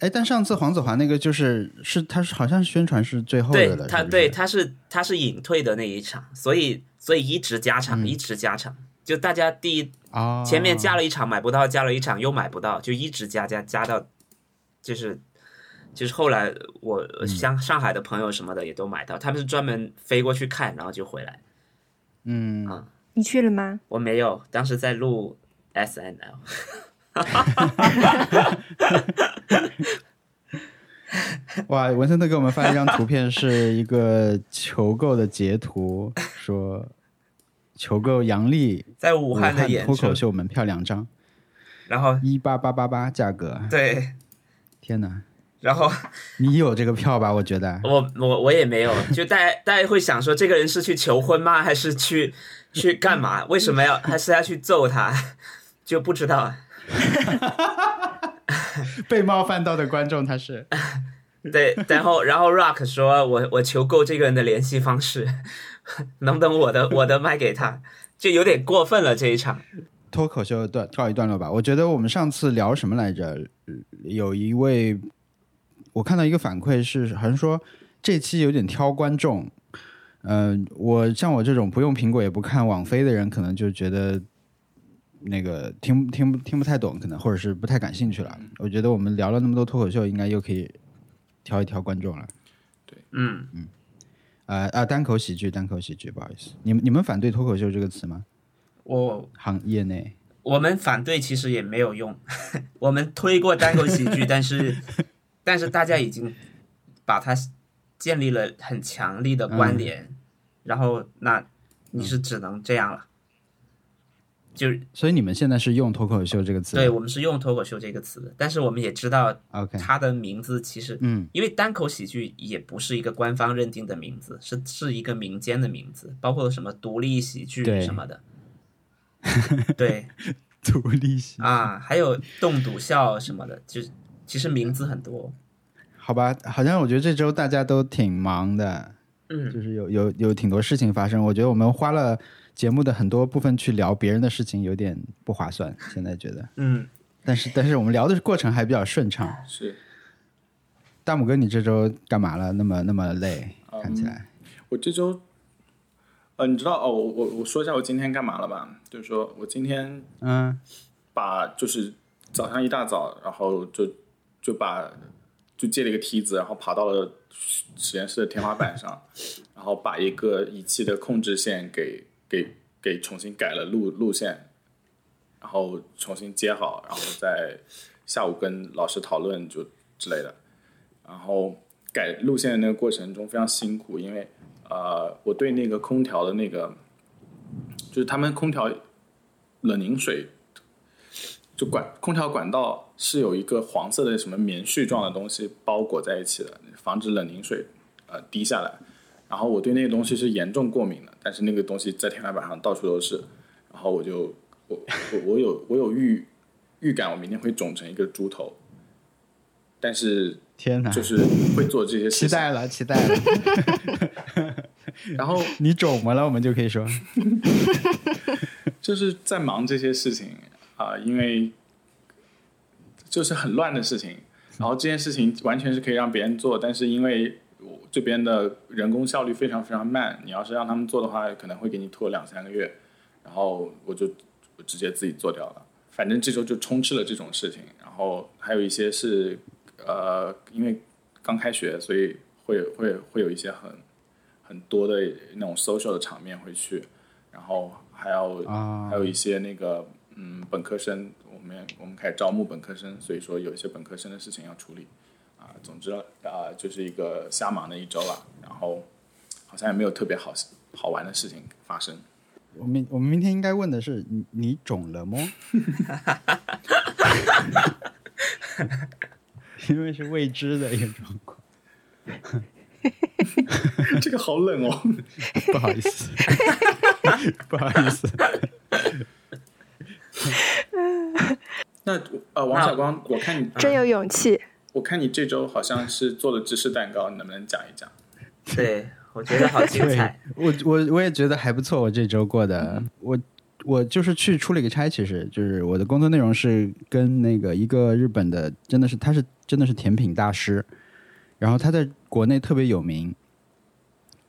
哎，但上次黄子华那个就是是他是好像是宣传是最后对的了，他，是不是对他是他是隐退的那一场，所以所以一直加嗯场，一直加场，就大家第一啊，前面加了一场买不到，加了一场又买不到，就一直加加加到，就是就是后来嗯我像上海的朋友什么的也都买到，他们是专门飞过去看，然后就回来。嗯啊你去了吗？我没有，当时在录 S N L，哇，文森特给我们发了一张图片，是一个求购的截图，说求购杨笠在武汉的演脱出口，秀门票两张，然后一八八八八价格。对，天哪，然后你有这个票吧？我觉 得我我我也没有，就大家 大家会想说，这个人是去求婚吗？还是去去干嘛？为什么要还是要去揍他？就不知道。被冒犯到的观众他是对，然后然后 Rock 说我我求够这个人的联系方式， 能不能我的我的卖给他？就有点过分了这一场。脱口秀段告一段落吧。我觉得我们上次聊什么来着？呃有一位我看到一个反馈是，好像说这期有点挑观众。嗯、我像我这种不用苹果也不看网飞的人，可能就觉得那个听听不听不太懂，可能或者是不太感兴趣了。我觉得我们聊了那么多脱口秀，应该又可以挑一挑观众了。嗯，啊、啊，单口喜剧，单口喜剧，不好意思，你们你们反对脱口秀这个词吗？我行业内我们反对其实也没有用，我们推过单口喜剧，但是但是大家已经把它建立了很强力的嗯关联，然后那你是只能这样了。就所以你们现在是用脱口秀这个词？对我们是用脱口秀这个词的，但是我们也知道 OK，它的名字其实，嗯，因为单口喜剧也不是一个官方认定的名字，是是一个民间的名字，包括什么独立喜剧对什 么的，对独立性，啊，还有冻笃笑什么的，就是其实名字很多，好吧，好像我觉得这周大家都挺忙的，嗯，就是有有有挺多事情发生。我觉得我们花了节目的很多部分去聊别人的事情，有点不划算。现在觉得，嗯，但是但是我们聊的过程还比较顺畅。是，大拇哥，你这周干嘛了？那么那么累，看起来。我这周，呃，你知道哦，我我我说一下我今天干嘛了吧？就是说我今天嗯把就是早上一大早，然后就就把就借了一个梯子，然后爬到了实验室的天花板上，然后把一个仪器的控制线给给给重新改了路路线，然后重新接好，然后在下午跟老师讨论就之类的，然后改路线的那个过程中非常辛苦，因为呃我对那个空调的那个就是他们空调冷凝水就管空调管道是有一个黄色的什么棉絮状的东西包裹在一起的，防止冷凝水呃滴下来。然后我对那个东西是严重过敏的，但是那个东西在天花板上到处都是，然后我就我我我有我有预预感我明天会肿成一个猪头，但是天哪，就是会做这些事期情。待了，期待了。然后你肿么了？我们就可以说，就是在忙这些事情啊、因为就是很乱的事情。然后这件事情完全是可以让别人做，但是因为我这边的人工效率非常非常慢，你要是让他们做的话，可能会给你拖两三个月。然后我就我直接自己做掉了。反正这周就充斥了这种事情，然后还有一些是呃，因为刚开学，所以会会会有一些很很多的那种 social 的场面会去，然后还有、啊还有一些那个嗯本科生，我们我们开始招募本科生，所以说有一些本科生的事情要处理啊、总之啊、就是一个瞎忙的一周了，然后好像也没有特别好好玩的事情发生。我们我们明天应该问的是你你肿了么？因为是未知的一个状况， 这个好冷哦。不好意思， 不好意思。那呃，王小光，我看嗯你，真有勇气。我看你这周好像是做了芝士蛋糕，你能不能讲一讲？对，我觉得好精对彩。，我我我也觉得还不错，我这周过的，我我就是去出了一个差，其实就是我的工作内容是跟那个一个日本的，真的是他是真的是甜品大师，然后他在国内特别有名，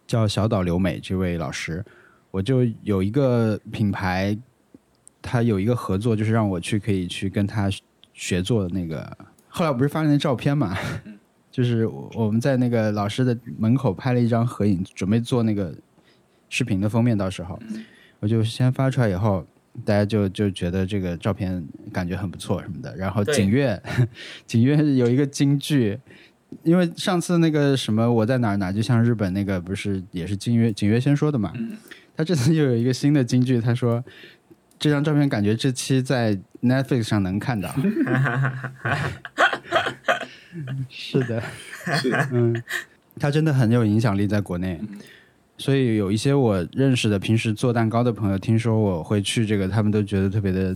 叫小岛留美这位老师，我就有一个品牌，他有一个合作，就是让我去可以去跟他学做的那个，后来我不是发了那照片嘛， 就是我我们在那个老师的门口拍了一张合影，准备做那个视频的封面。到时候我就先发出来以后，大家就就觉得这个照片感觉很不错什么的。然后对景月， 景月有一个京剧，因为上次那个什么我在哪儿哪儿，就像日本那个不是也是景月景月先说的嘛， 他这次又有一个新的京剧，他说这张照片感觉这期在 Netflix 上能看到。是的，是，嗯，他真的很有影响力在国内，所以有一些我认识的平时做蛋糕的朋友，听说我会去这个，他们都觉得特别的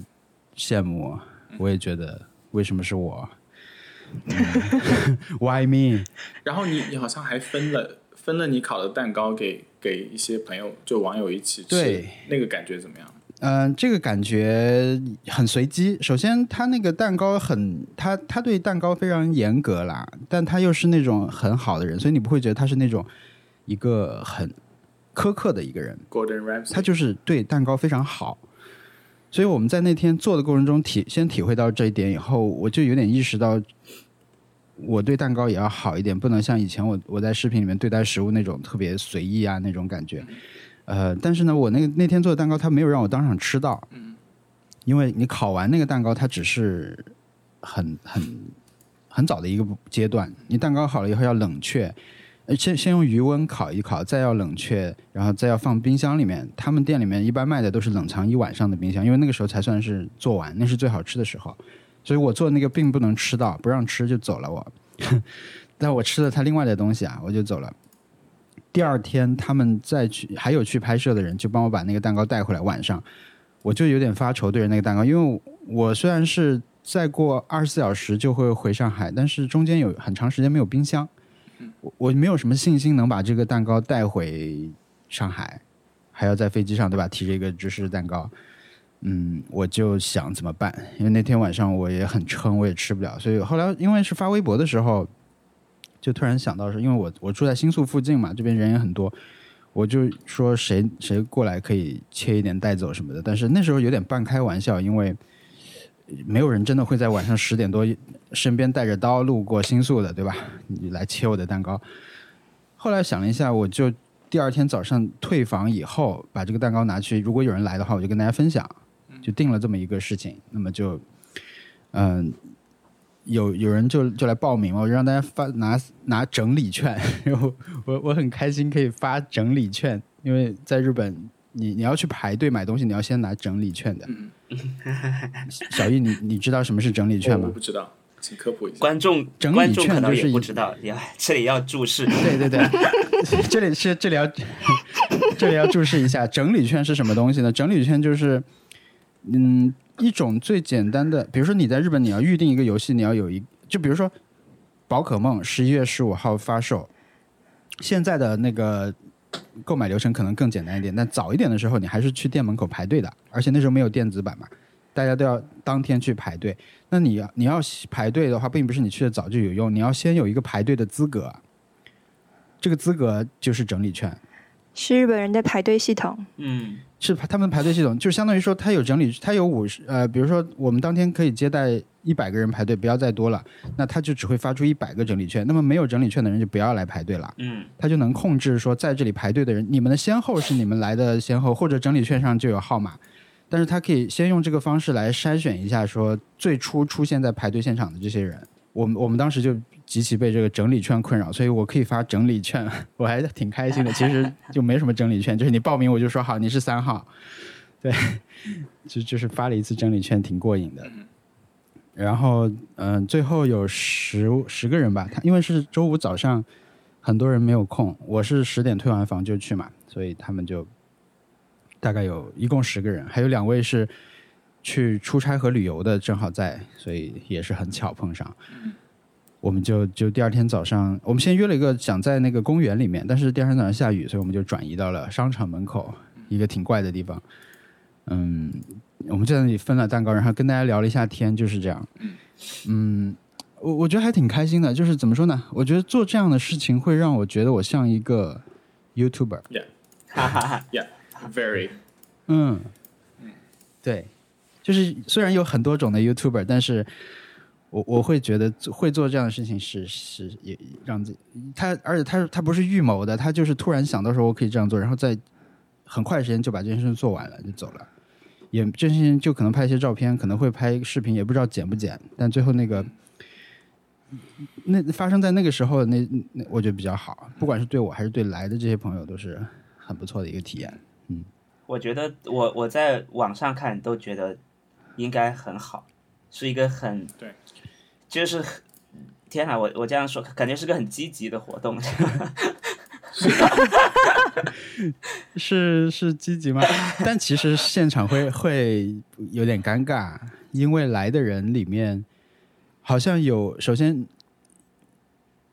羡慕我。我也觉得，为什么是我、w h y me？然后你你好像还分了分了你烤的蛋糕给给一些朋友，就网友一起吃，对，那个感觉怎么样？嗯、这个感觉很随机。首先，他那个蛋糕很，他他对蛋糕非常严格啦，但他又是那种很好的人，所以你不会觉得他是那种一个很苛刻的一个人。 Gordon Ramsay，他就是对蛋糕非常好。所以我们在那天做的过程中体先体会到这一点以后，我就有点意识到，我对蛋糕也要好一点，不能像以前我我在视频里面对待食物那种特别随意啊那种感觉。呃，但是呢，我那个那天做的蛋糕，它没有让我当场吃到，因为你烤完那个蛋糕，它只是很很很早的一个阶段，你蛋糕好了以后要冷却，呃先先用余温烤一烤，再要冷却，然后再要放冰箱里面。他们店里面一般卖的都是冷藏一晚上的冰箱，因为那个时候才算是做完，那是最好吃的时候。所以我做那个并不能吃到，不让吃就走了我。 但我吃了他另外的东西啊，我就走了。第二天他们再去，还有去拍摄的人就帮我把那个蛋糕带回来。晚上我就有点发愁对着那个蛋糕，因为我虽然是再过二十四小时就会回上海，但是中间有很长时间没有冰箱。我我没有什么信心能把这个蛋糕带回上海，还要在飞机上对吧？提着一个芝士蛋糕，嗯，我就想怎么办？因为那天晚上我也很撑，我也吃不了，所以后来因为是发微博的时候，就突然想到是因为我我住在新宿附近嘛，这边人也很多，我就说谁谁过来可以切一点带走什么的。但是那时候有点半开玩笑，因为没有人真的会在晚上十点多身边带着刀路过新宿的，对吧？你来切我的蛋糕。后来想了一下，我就第二天早上退房以后，把这个蛋糕拿去，如果有人来的话，我就跟大家分享，就定了这么一个事情。那么就，嗯、有有人就就来报名嘛，我就让大家发拿拿整理券， 然后我我很开心可以发整理券，因为在日本，你你要去排队买东西，你要先拿整理券的。小易，你你知道什么是整理券我吗？不知道，请科普一下。观众整理观众券可能就是也不一知道，也 这里要注释， 对对对， 这里是这里要这里要注释一下，整理券是什么东西呢？整理券就是，嗯，一种最简单的，比如说你在日本你要预定一个游戏，你要有一，就比如说宝可梦十一月十五号发售，现在的那个购买流程可能更简单一点，但早一点的时候你还是去店门口排队的，而且那时候没有电子版嘛。大家都要当天去排队，那你要你要排队的话，并不是你去的早就有用，你要先有一个排队的资格。这个资格就是整理券，是日本人的排队系统，嗯，是他们排队系统，就相当于说他有整理，他有五十呃，比如说我们当天可以接待一百个人排队，不要再多了，那他就只会发出一百个整理券，那么没有整理券的人就不要来排队了，嗯，他就能控制说在这里排队的人，你们的先后是你们来的先后，或者整理券上就有号码，但是他可以先用这个方式来筛选一下说最初出现在排队现场的这些人，我们我们当时就极其被这个整理券困扰，所以我可以发整理券，我还挺开心的。其实就没什么整理券，就是你报名我就说好你是三号， 对，就就是发了一次整理券，挺过瘾的。然后嗯、最后有十十个人吧，他因为是周五早上，很多人没有空，我是十点退完房就去嘛，所以他们就大概有一共十个人，还有两位是。去出差和旅游的正好在，所以也是很巧碰上。我们就就第二天早上，我们先约了一个想在那个公园里面，但是第二天早上下雨，所以我们就转移到了商场门口一个挺怪的地方。嗯，我们就在那里分了蛋糕，然后跟大家聊了一下天，就是这样。嗯，我我觉得还挺开心的，就是怎么说呢？我觉得做这样的事情会让我觉得我像一个 YouTuber。哈哈哈， Very 嗯，对，就是虽然有很多种的 YouTuber，但是我我会觉得做会做这样的事情是是也让自己他，而且他他不是预谋的，他就是突然想到说我可以这样做，然后在很快的时间就把这件事情做完了就走了。也这件事情就可能拍一些照片，可能会拍一个视频，也不知道剪不剪。但最后那个，那发生在那个时候，那那我觉得比较好，不管是对我还是对来的这些朋友，都是很不错的一个体验。我觉得我我在网上看都觉得应该很好，是一个很对，就是很天哪，我我这样说感觉是个很积极的活动， 是是积极吗？但其实现场会会有点尴尬，因为来的人里面好像有首先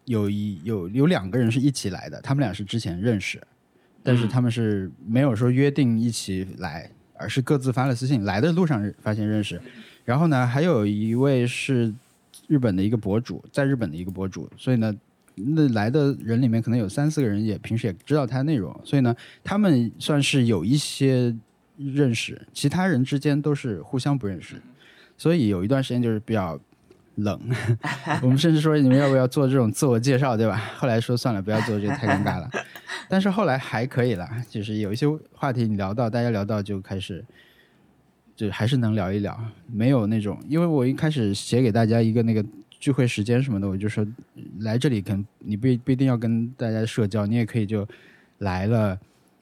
有一有有两个人是一起来的，他们俩是之前认识，但是他们是没有说约定一起来，而是各自发了私信，来的路上发现认识。然后呢，还有一位是日本的一个博主，在日本的一个博主，所以呢。那来的人里面可能有三四个人也平时也知道他的内容，所以呢，他们算是有一些认识，其他人之间都是互相不认识，所以有一段时间就是比较冷。 我们甚至说你们要不要做这种自我介绍，对吧？后来说算了，不要做这个太尴尬了。 但是后来还可以啦，就是有一些话题你聊到，大家聊到就开始，就还是能聊一聊，没有那种，因为我一开始写给大家一个那个。聚会时间什么的，我就说来这里可能你不不一定要跟大家社交，你也可以就来了，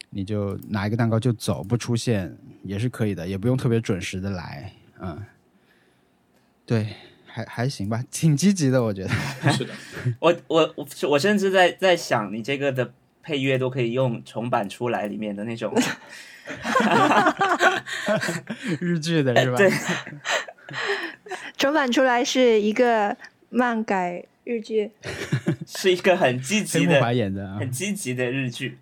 你就拿一个蛋糕就走，不出现也是可以的，也不用特别准时的来，嗯，对，还还行吧，挺积极的，我觉得。 是的，我我我我甚至在在想，你这个的配乐都可以用重版出来里面的那种， 日剧的是吧？哎对重版出来是一个漫改日剧，是一个很积极 黑木华的、演的啊，很积极的日剧。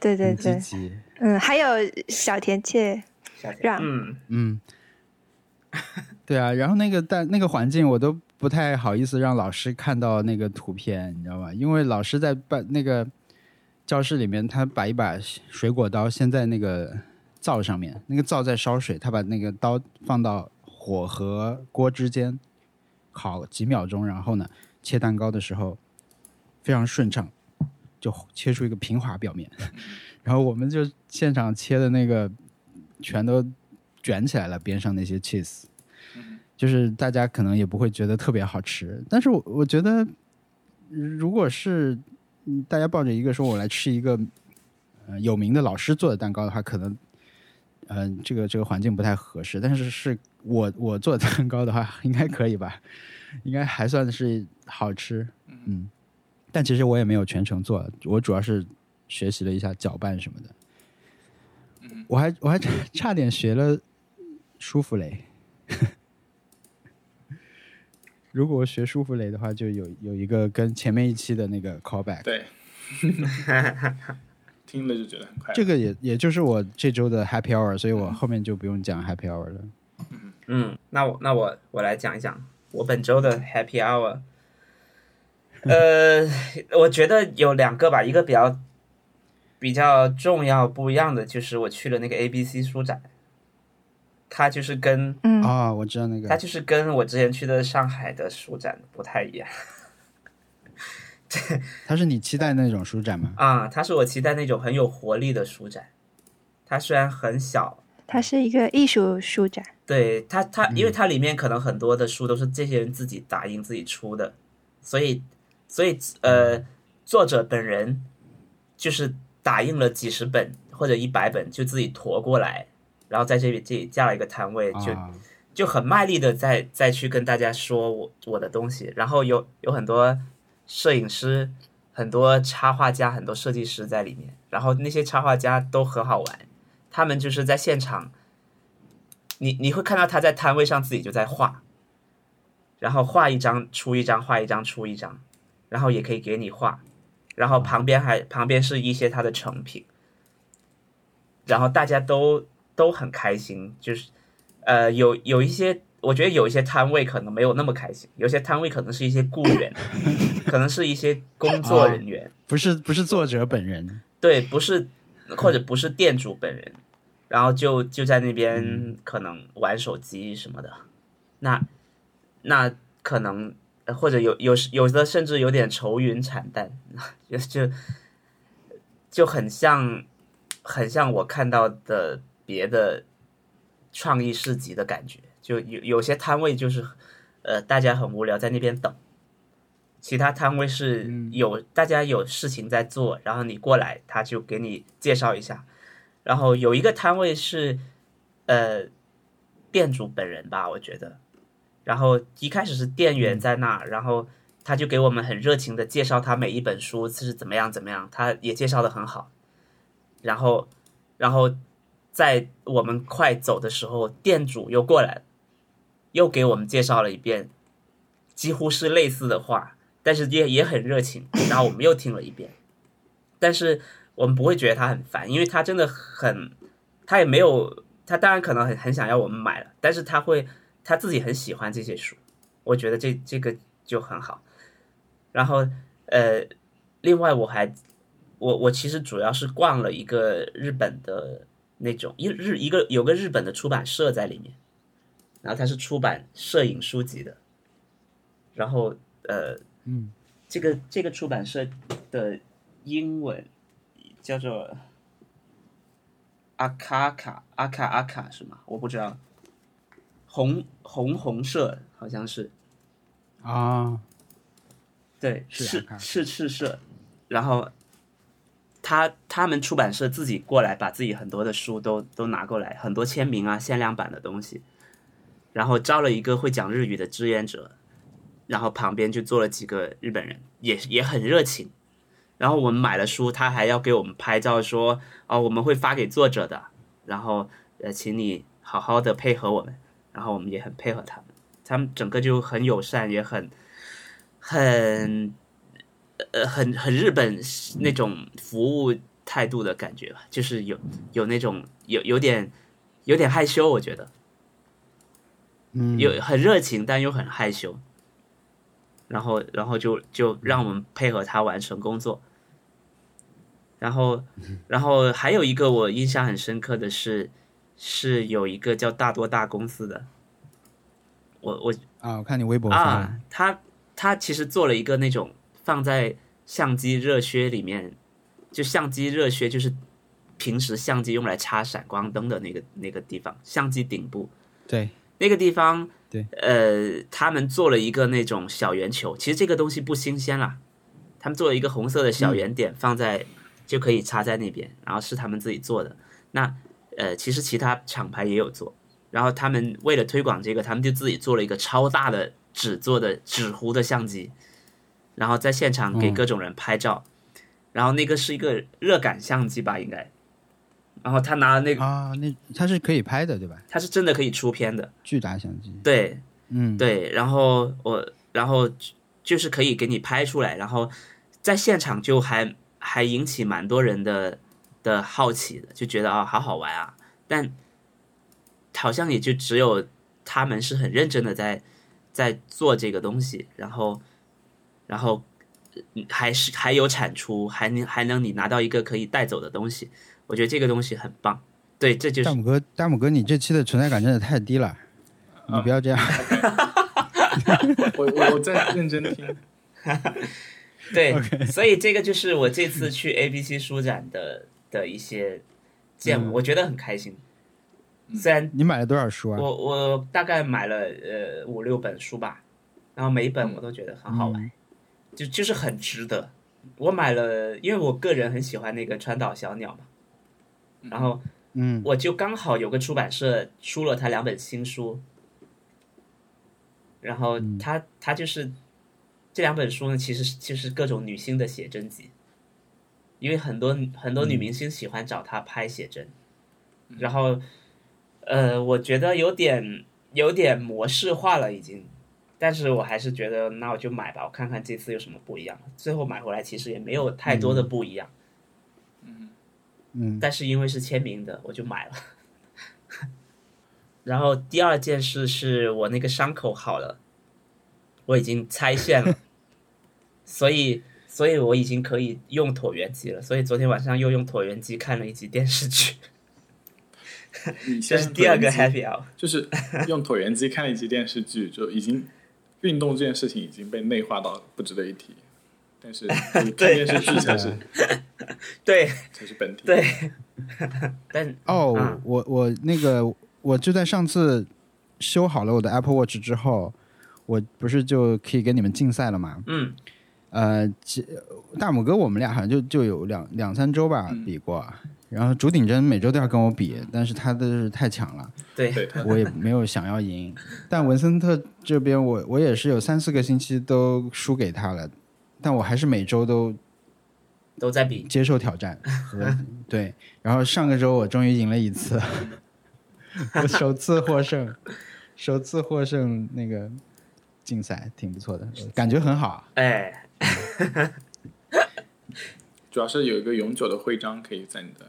对对很积对，极。嗯，还有小田切夏天让，嗯，嗯，对啊，然后那个但那个环境我都不太好意思让老师看到那个图片，你知道吧？因为老师在办那个教室里面，他把一把水果刀先在那个灶上面，那个灶在烧水，他把那个刀放到火和锅之间烤几秒钟，然后呢，切蛋糕的时候非常顺畅，就切出一个平滑表面。 然后我们就现场切的那个全都卷起来了，边上那些 cheese。就是大家可能也不会觉得特别好吃，但是我我觉得，如果是嗯大家抱着一个说我来吃一个呃有名的老师做的蛋糕的话，可能嗯、呃这个这个环境不太合适，但是是我我做的蛋糕的话，应该可以吧，应该还算是好吃，嗯，但其实我也没有全程做，我主要是学习了一下搅拌什么的， 我还我还差差点学了舒芙蕾。 如果我学舒芙蕾的话，就有有一个跟前面一期的那个 callback，对，听了就觉得很快乐。这个也也就是我这周的 happy hour，所以我后面就不用讲 happy hour 了。嗯，那我那我我来讲一讲我本周的 Happy Hour。呃，我觉得有两个吧，一个比较比较重要不一样的就是我去了那个 ABC 书展，它就是跟嗯啊、我知道那它个，就是跟我之前去的上海的书展不太一样它是你期待那种书展吗？啊，它是我期待那种很有活力的书展。它虽然很小，它是一个艺术书展，对它，它因为它里面可能很多的书都是这些人自己打印自己出的，所以所以呃，作者本人就是打印了几十本或者一百本，就自己驮过来，然后在这里这里架了一个摊位，就啊，就很卖力的在再去跟大家说我我的东西，然后有有很多摄影师、很多插画家、很多设计师在里面，然后那些插画家都很好玩，他们就是在现场，你你会看到他在摊位上自己就在画，然后画一张出一张，画一张出一张，然后也可以给你画，然后旁边还旁边是一些他的成品，然后大家都都很开心，就是。呃，有有一些，我觉得有一些摊位可能没有那么开心，有些摊位可能是一些雇员，可能是一些工作人员，不是不是作者本人，对，不是或者不是店主本人，然后就就在那边可能玩手机什么的，那那可能呃或者有有时有的甚至有点愁云惨淡，就就就很像很像我看到的别的创意市集的感觉，就有有些摊位就是呃大家很无聊在那边等。其他摊位是有、大家有事情在做，然后你过来，他就给你介绍一下。然后有一个摊位是，呃，店主本人吧，我觉得。然后一开始是店员在那，然后他就给我们很热情的介绍他每一本书是怎么样怎么样，他也介绍的很好。然后，然后在我们快走的时候，店主又过来了，又给我们介绍了一遍，几乎是类似的话，但是也也很热情。然后我们又听了一遍，但是我们不会觉得他很烦，因为他真的很，他也没有，他当然可能很很想要我们买了，但是他会他自己很喜欢这些书，我觉得这这个就很好。然后呃，另外我还我我其实主要是逛了一个日本的那种一日一个有个日本的出版社在里面，然后它是出版摄影书籍的，然后呃，嗯，这个这个出版社的英文叫做阿卡卡阿卡阿卡是吗？我不知道，红红红社好像是，啊，对，是是阿卡是赤社，然后他他们出版社自己过来把自己很多的书都都拿过来，很多签名啊、限量版的东西，然后招了一个会讲日语的志愿者，然后旁边就坐了几个日本人，也也很热情。然后我们买了书，他还要给我们拍照说，哦，我们会发给作者的，然后呃，请你好好的配合我们，然后我们也很配合他们，他们整个就很友善，也很很呃很很日本那种服务态度的感觉吧，就是有有那种有有点有点害羞，我觉得嗯，有很热情但又很害羞，然后然后就就让我们配合他完成工作。然后然后还有一个我印象很深刻的是，是有一个叫大多大公司的，我我啊，我看你微博发了啊，他他其实做了一个那种放在相机热靴里面，就相机热靴就是平时相机用来插闪光灯的那个那个地方，相机顶部对，那个地方，对，呃，他们做了一个那种小圆球，其实这个东西不新鲜啦，他们做了一个红色的嗯小圆点，放在、就可以插在那边，然后是他们自己做的。那呃，其实其他厂牌也有做，然后他们为了推广这个，他们就自己做了一个超大的纸做的纸糊的相机，然后在现场哦给各种人拍照，然后那个是一个热感相机吧，应该，然后他拿了那个，啊，那它是可以拍的对吧？他是真的可以出片的，巨大相机，对，嗯，对，然后我然后就是可以给你拍出来，然后在现场就还还引起蛮多人的的好奇的，就觉得啊、好好玩啊，但好像也就只有他们是很认真的在在做这个东西，然后然后嗯还是还有产出，还能还能你拿到一个可以带走的东西，我觉得这个东西很棒。对，这就是大拇哥，大拇哥，你这期的存在感真的太低了，啊你不 要这样。我我我在认真 听。对所以这个就是我这次去 ABC 书展的的一些见闻，我觉得很开心。虽然你买了多少书啊？我我大概买了呃五六本书吧，然后每一本我都觉得很好嗯玩，就就是很值得。我买了，因为我个人很喜欢那个川岛小鸟嘛，然后嗯，我就刚好有个出版社出了他两本新书，然后嗯他、他就是这两本书呢，其实是就是各种女星的写真集，因为很多很嗯多女明星喜欢找他拍写真，然后呃，我觉得有点有点模式化了已经。但是我还是觉得，那我就买吧，我看看这次有什么不一样。最后买回来其实也没有太多的不一样，嗯但是因为是签名的，我就买了。 然后第二件事是我那个伤口好了，我已经拆线了，所以所以我已经可以用椭圆机了。所以昨天晚上又用椭圆机看了一集电视剧，你先这是第二个椭圆机 happy hour。就是用椭圆机看一集电视剧，就已经运动这件事情已经被内化到不值得一提。但 是你看电视剧才是对才是本体。对，但哦嗯，我我那个，我就在上次修好了我的 Apple Watch 之后，我不是就可以跟你们竞赛了吗？嗯呃，其大拇哥我们俩好像就就有两两三周吧比过，啊然后竹顶真每周都要跟我比，但是他的是太强了。对对，他我也没有想要赢，但文森特这边我我也是有三四个星期都输给他了，但我还是每周都都在比，接受挑战和对，然后上个周我终于赢了一次，我首次获胜，首次获胜那个竞赛挺不错的，感觉很好。啊哎，主要是有一个永久的徽章可以在你的。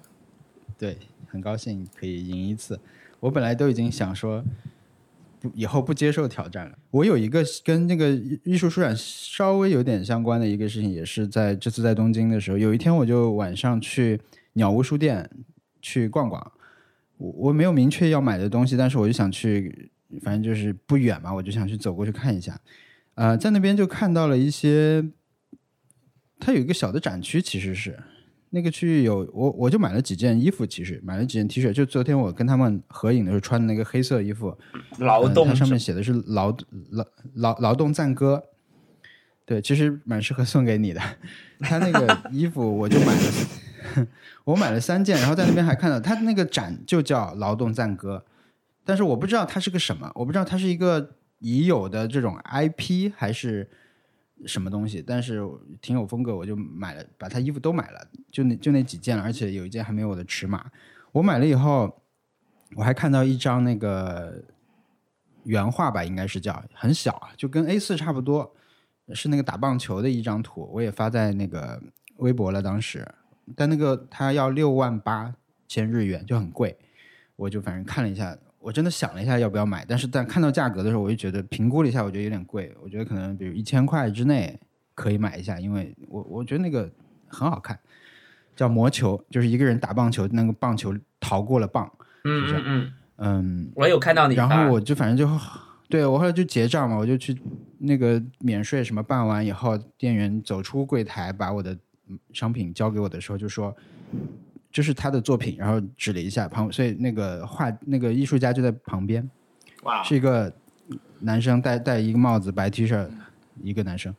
对，很高兴可以赢一次。我本来都已经想说，不以后不接受挑战了。我有一个跟那个艺艺术书展稍微有点相关的一个事情，也是在这次在东京的时候，有一天我就晚上去鸟屋书店去逛逛。我我没有明确要买的东西，但是我就想去，反正就是不远嘛，我就想去走过去看一下。呃，在那边就看到了一些，它有一个小的展区，其实是，那个区域有我，我就买了几件衣服，其实买了几件 T 恤，就昨天我跟他们合影的时候穿的那个黑色衣服，劳呃它动者上面写的是劳劳劳劳动赞歌，对，其实蛮适合送给你的。他那个衣服我就买了， 我买了三件，然后在那边还看到他那个展就叫劳动赞歌，但是我不知道它是个什么，我不知道它是一个已有的这种 IP 还是什么东西，但是挺有风格，我就买了，把他衣服都买了，就那就那几件了，而且有一件还没有我的尺码。我买了以后，我还看到一张那个原画吧，应该是叫很小啊，就跟 A 四差不多，是那个打棒球的一张图，我也发在那个微博了。当时，但那个它要六万八千日元，就很贵。我就反正看了一下，我真的想了一下要不要买，但是但看到价格的时候，我就觉得评估了一下，我觉得有点贵，我觉得可能比如一千块之内可以买一下，因为我我觉得那个很好看，叫魔球，就是一个人打棒球，那个棒球逃过了棒，嗯嗯嗯，嗯，我有看到你发，然后我就反正就对我后来就结账嘛，我就去那个免税什么办完以后，店员走出柜台把我的商品交给我的时候，就说这是他的作品，然后指了一下旁，所以那个画那个艺术家就在旁边，哦哇，是一个男生戴戴一个帽子白 T 嗯恤，一个男生。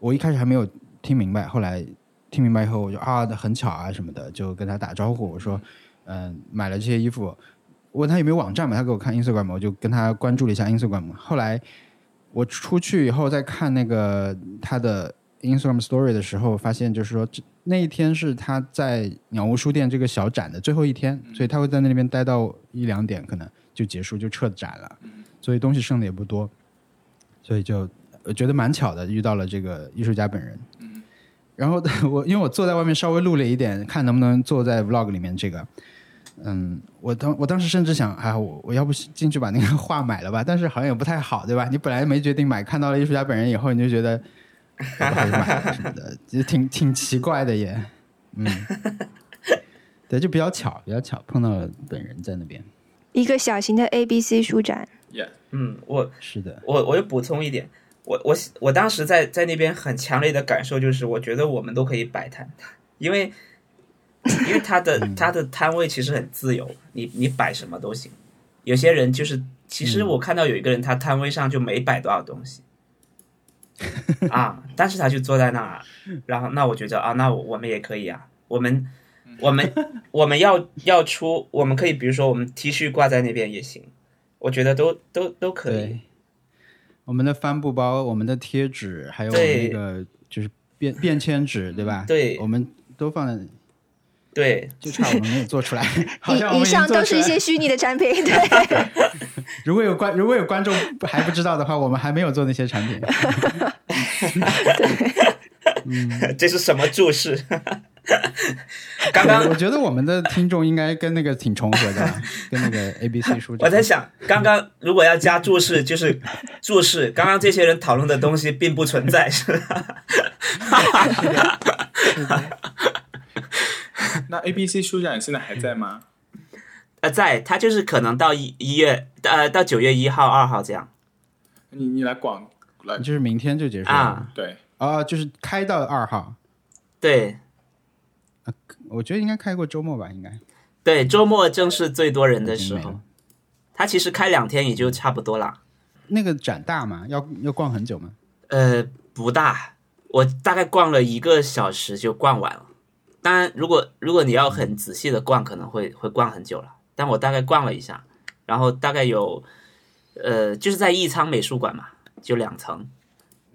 我一开始还没有听明白，后来听明白以后，我就啊很巧啊什么的，就跟他打招呼，我说嗯、买了这些衣服，问他有没有网站嘛，他给我看 Instagram，我就跟他关注了一下 Instagram。后来我出去以后再看那个他的 Instagram Story 的时候，发现就是说这那一天是他在鸟屋书店这个小展的最后一天，所以他会在那边待到一两点，可能就结束就撤展了，所以东西剩的也不多，所以就我觉得蛮巧的，遇到了这个艺术家本人。然后我因为我坐在外面稍微录了一点，看能不能坐在 vlog 里面这个。嗯，我当我当时甚至想，哎，我我要不进去把那个画买了吧？但是好像也不太好，对吧？你本来没决定买，看到了艺术家本人以后，你就觉得要不还是买了什么的，就挺 挺奇怪的也。嗯， 对，就比较巧，比较巧碰到了本人在那边。一个小型的 A B C 书展，耶，嗯，我是的，我我就补充一点，我我我当时在在那边很强烈的感受就是，我觉得我们都可以摆摊，因为因为他的他的摊位其实很自由，你你摆什么都行。有些人就是，其实我看到有一个人，他摊位上就没摆多少东西。啊！但是他就坐在那儿，然后那我觉得啊，那我我们也可以啊，我们我们我们要要出，我们可以比如说我们 T 恤挂在那边也行，我觉得都都都可以。对，我们的帆布包、我们的贴纸，还有我们那对个就是便便签纸，对吧？对我们都放在，对，就差我们没有 做出来。好像我以们以已经上做都出是来一些虚拟的产品， 对，如果有观如果有观众还不知道的话，我们还没有做那些产品。嗯这是什么注释？ 刚刚我我觉得我们的听众应该跟那个挺重合的 吧，跟那个 A B C 书展。我在想，刚刚如果要加注释，就是注释。刚刚这些人讨论的东西并不存在，是吧？那 A B C 书展现在还在吗？ 呃，在他就是可能到一一月呃到九月一号、二号这样你你来广来就是明天就结束了啊，对，啊，就是开到二号，对我觉得应该开过周末吧，应该。对，周末正是最多人的时明白候了。他其实开两天也就差不多啦，那个展大嘛，要要逛很久嘛。呃，不大，我大概逛了一个小时就逛完了。当然，如果如果你要很仔细的逛，可能会会逛很久了。但我大概逛了一下，然后大概有，呃，就是在艺仓美术馆嘛，就两层。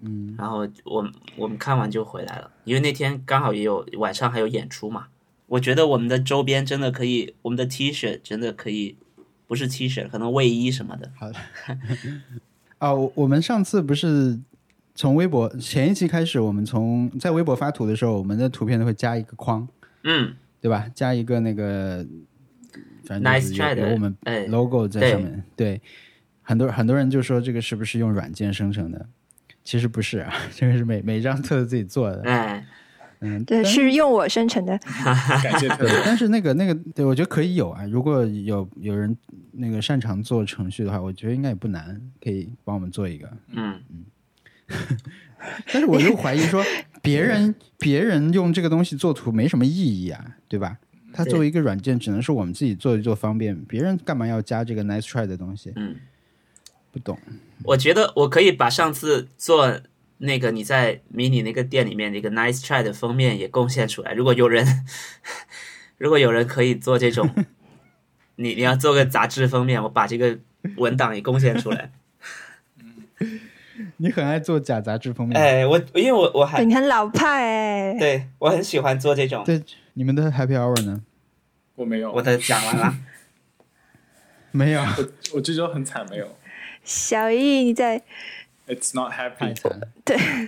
嗯，然后我们我们看完就回来了，因为那天刚好也有晚上还有演出嘛。我觉得我们的周边真的可以，我们的 T 恤真的可以，不是 T 恤，可能卫衣什么的。啊，我我们上次不是从微博前一期开始，我们从在微博发图的时候，我们的图片都会加一个框，嗯，对吧？加一个那个，反正 Nice 就是有 try 的有我们哎 logo 在上面。对，很多很多人就说这个是不是用软件生成的？其实不是啊， 这个是每每张特自己做的。哎，嗯，对，但是用我生成的，感 谢特对别，但是那个那个，对我觉得可以有啊。如果有有人那个擅长做程序的话，我觉得应该也不难，可以帮我们做一个。嗯，但是我又怀疑说，别人别人用这个东西做图没什么意义啊，对吧？它作为一个软件，只能是我们自己做一做方便，别人干嘛要加这个 nice try 的东西？嗯，不懂。我觉得我可以把上次做那个你在迷你那个店里面那个 Nice Try 的封面也贡献出来。如果有人，如果有人可以做这种，你你要做个杂志封面，我把这个文档也贡献 出来。你很爱做假杂志封面，哎，我因为我我还对你很老派哎、对我很喜欢做这种。对你们的 happy hour 呢？我没有，我的讲完了，没有，我我这周很惨，没有小易你在，It's not 太 happy。惨了。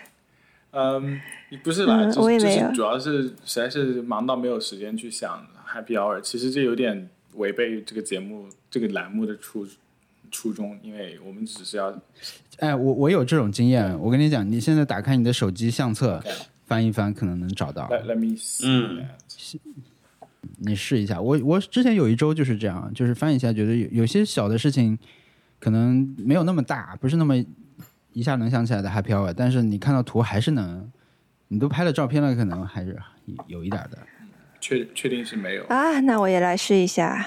嗯，不是啦，嗯就是我也就没是有主要是实在是忙到没有时间去想 happy hour。其实这有点违背这个节目这个栏目的初初衷，因为我们只是要哎，我我有这种经验，我跟你讲，你现在打开你的手机相册，翻一翻，可能能找到。 let let me see，嗯 that 你试一下。我我之前有一周就是这样，就是翻一下，觉得有有些小的事情可能没有那么大，不是那么一下能想起来的 happy hour，但是你看到图还是能，你都拍了照片了，可能还是有一点的。确确定是没有啊，那我也来试一下。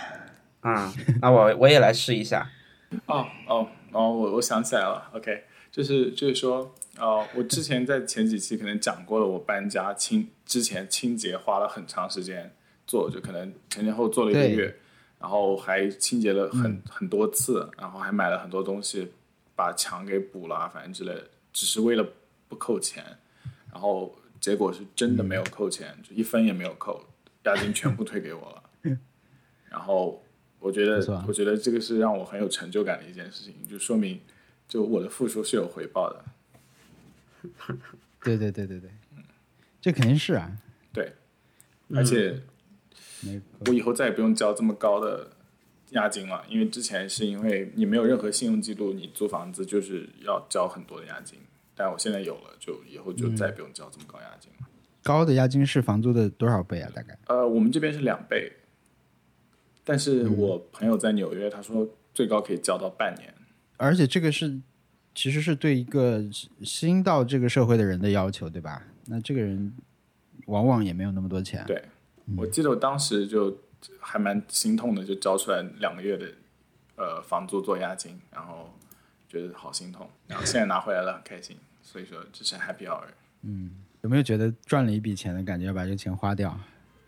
啊，那我我也来试一下。哦哦哦，我我想起来了，OK，就是就是说，呃，我之前在前几期可能讲过了，我搬家清之前清洁花了很长时间做，就可能前前后后做了一个对月，然后还清洁了很、很多次，然后还买了很多东西，把墙给补了啊，反正之类的，只是为了不扣钱，然后结果是真的没有扣钱，就一分也没有扣，押金全部退给我了。然后我觉不错得啊，我觉得这个是让我很有成就感的一件事情，就说明就我的付出是有回报的。对对对对对，这肯定是啊，对，嗯而且没我以后再也不用交这么高的押金了，因为之前是因为你没有任何信用记录，你租房子就是要交很多的押金，但我现在有了，就以后嗯就再也不用交这么高押金了。高的押金是房租的多少倍啊？大概呃，我们这边是两倍，但是我朋友在纽约，他说最高可以交到半年。而且这个是其实是对一个新到这个社会的人的要求，对吧？那这个人往往也没有那么多钱。对，我记得我当时就还蛮心痛的，就交出来两个月的呃房租做押金，然后觉得好心痛，然后现在拿回来了，很开心。所以说这是 happy hour。有没有觉得赚了一笔钱的感觉，要把这个钱花掉？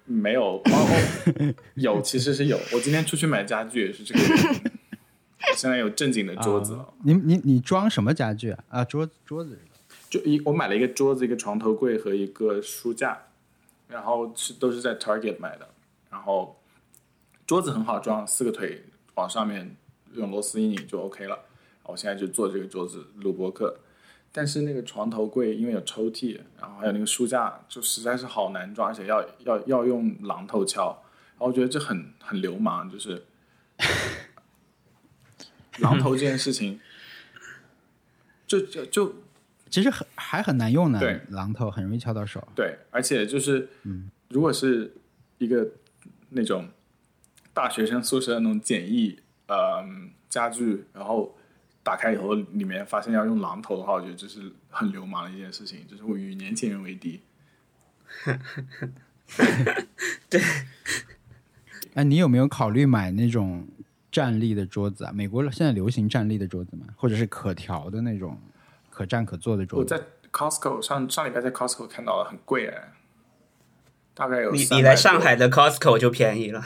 没有，哦哦有其实是有。我今天出去买家具也是这个原因。我现在有正经的桌子了，你你你装什么家具啊？啊，桌桌子是吧就一我买了一个桌子、一个床头柜和一个书架，然后是都是在 Target 买的。然后桌子很好装，四个腿往上面用螺丝一拧就 OK 了。我现在就坐这个桌子录播课，但是那个床头柜因为有抽屉，然后还有那个书架，就实在是好难装，而且要要要用榔头敲。然后我觉得这很很流氓，就是榔头这件事情，就就就其实很还很难用呢。对榔头很容易敲到手。对，而且就是，如果是一个那种大学生宿舍那种简易呃家具，然后打开以后里面发现要用榔头的话，我觉得这是很流氓的一件事情，就是我与年轻人为敌。哎，你有没有考虑买那种站立的桌子啊？美国现在流行站立的桌子嘛，或者是可调的那种可站可坐的桌我子？在 Costco 上上礼拜在 Costco 看到了，很贵哎，大概有你300你来上海多的 Costco 就便宜了，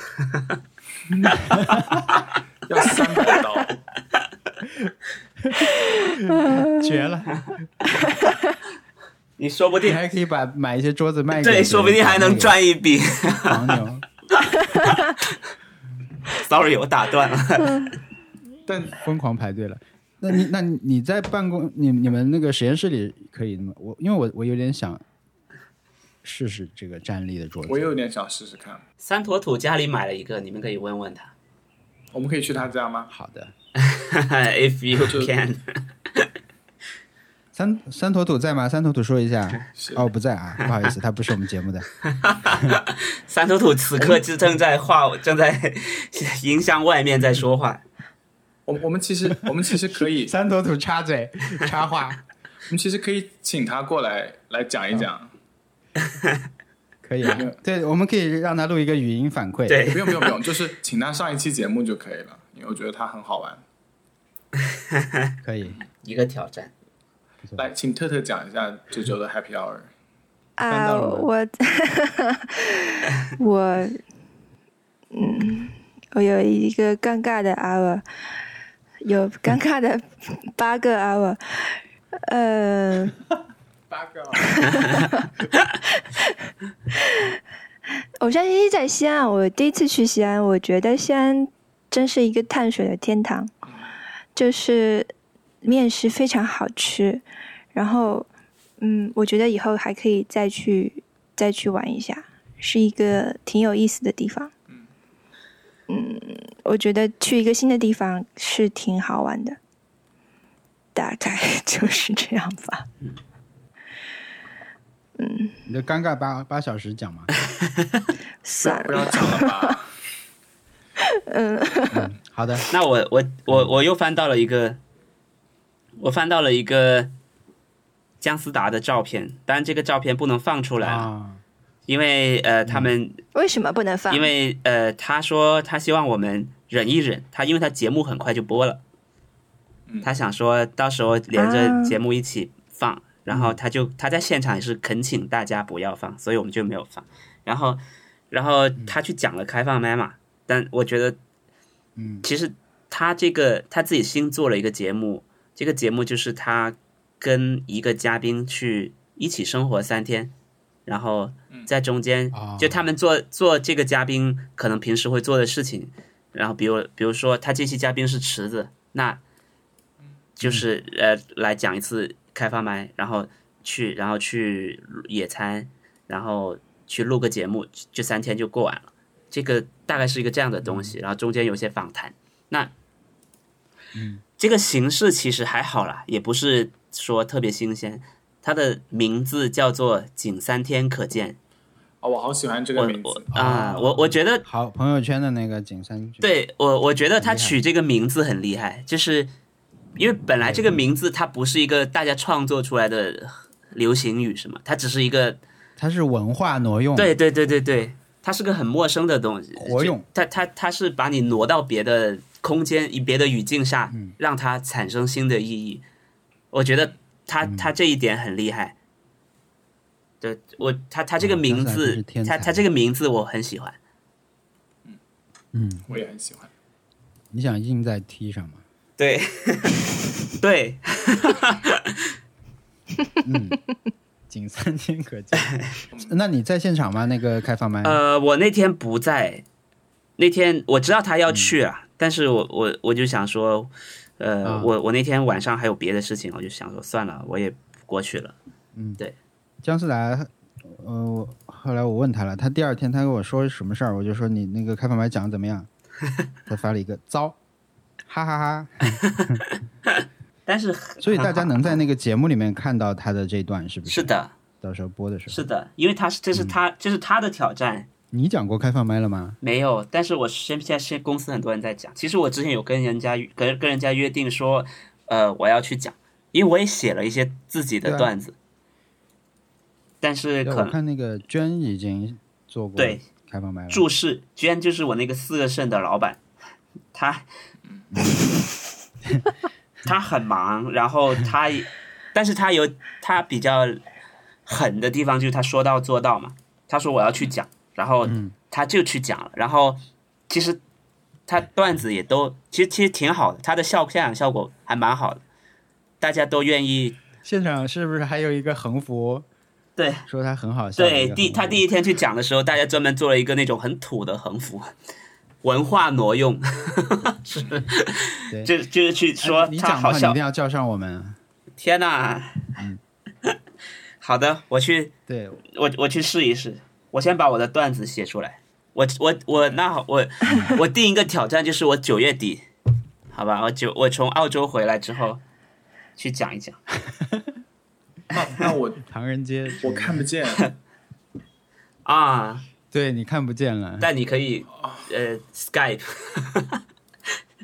要三百刀，绝了！ 你说不你定还可以把买一些桌子卖给别对，人说不定还能赚一笔。 黄牛。 Sorry，我打 断了。但疯狂排队了。那你那你你在办公你你们那个实验室里可以吗？我因为我我有点想试试这个站立的桌子。我也有点想试试看。三坨土家里买了一个，你们可以问问他。我们可以去他家吗？好的， If you can，三三坨土在吗？三坨土说一下。是哦，不在啊，不好意思，他不是我们节目的。三坨土此刻就正在话，正在迎向外面在说话。我我们其实我们其实可 以，三坨土插嘴插话， 我们其实可以请他过来来讲一 讲。可以啊。对，我们可以让他录一个语音反馈。哎对不用不用不用，就是请他上一期节目就可以了，因为我觉得他很好玩。可以。一个挑战。嗯来，请特特讲一下这周的 Happy Hour。翻啊，到了吗我我嗯，我有一个尴尬的 hour，有尴尬的八个 hour，呃，八个，我上星期在西安，我第一次去西安，我觉得西安真是一个碳水的天堂，就是面食非常好吃，然后嗯，我觉得以后还可以再去再去玩一下，是一个挺有意思的地方。嗯，我觉得去一个新的地方是挺好玩的，大概 就是这样吧。嗯，你就尴尬八八小时讲嘛，算不要了，讲了吧。嗯，嗯，好的，那我我我我又翻到了一个，我翻到了一个姜思达的照片，当然这个照片不能放出来了，啊，因为呃他们为什么不能嗯放？因为呃他说他希望我们忍一忍，他因为他节目很快就播了，嗯他想说到时候连着啊节目一起放，然后他就他在现场也是恳请大家不要放，所以我们就没有放。然后然后他去讲了开放麦嘛，但我觉得嗯其实他这个他自己新做了一个节目，这个节目就是他跟一个嘉宾去一起生活三天，然后在中间哦就他们做做这个嘉宾可能平时会做的事情，然后比如比如说他这期嘉宾是池子，那就是呃来讲一次开放麦，然后去然后去野餐，然后去录个节目，这三天就过完了。这个大概是一个这样的东西，然后中间有些访谈。那，这个形式其实还好啦，也不是说特别新鲜。它的名字叫做“仅三天可见哦，我好喜欢这”，个我名字哦我。啊，我我觉得好，朋友圈的那个景山，，对我我觉得他嗯很厉害取这个名字很厉害，就是因为本来这个名字它不是一个大家创作出来的流行语什么，它只是一个它是文化挪用，对，对对对对，它是个很陌生的东西，活用就它它它是把你挪到别的空间、以别的语境下，嗯让它产生新的意义。我觉得它嗯它这一点很厉害。对我，它它这个嗯名但是还真字是天，它才它这个名字我很喜欢。嗯，我也很喜欢。你想印在 T 上吗？对， 对，嗯，仅三天可见。那你在现场吗？那个开放麦？呃，我那天不在，那天我知道他要去啊，但是我我我就想说，呃，嗯啊我我那天晚上还有别的事情，我就想说算了，我也不过去了。姜思达，呃，后来我问他了，他第二天他跟我说什么事儿，我就说你那个开放麦讲的怎 么样？他发了一个糟，哈哈哈但是所以大家很好能在那个节目里面看到他的这段，是不是？是，的，到时候播的嗯时候。是的，因为他是这是他、这是他的挑战，你讲过开放麦了吗？没有。但是我现现在现公司很多人在讲，其实我之前有跟人家跟跟人家约定说，呃，我要去讲，因为我也写了一些自己对的啊段子，但是对啊可我能看那个娟已经做过对开放麦了。注释居然就是我那个四个肾的老板，他 他很忙，然后他，但是他有他比较狠的地方，就是他说到做到嘛。他说我要去讲，然后他就去讲了，然后其实他段子也都其实其实挺好的，他的效现场效果还蛮好的，大家都愿意现场是不是还有一个横幅对。说他很好笑的一对，个横幅？第他第一天去讲的时候，大家专门做了一个那种很土的横幅，文化挪用，对是， 就就是去说哎你他讲的好话，你嗯一笑定，要叫上我们。天哪！ 好的，我去，对，我我去试一试，我先把我的段子写出来。我我我那好，我我定一个挑战，就是我九月底，好吧，我九我从澳洲回来之后去讲一讲。那那我唐人街，我看 不见，哎啊，对你看不见了。但你可以呃 Skype，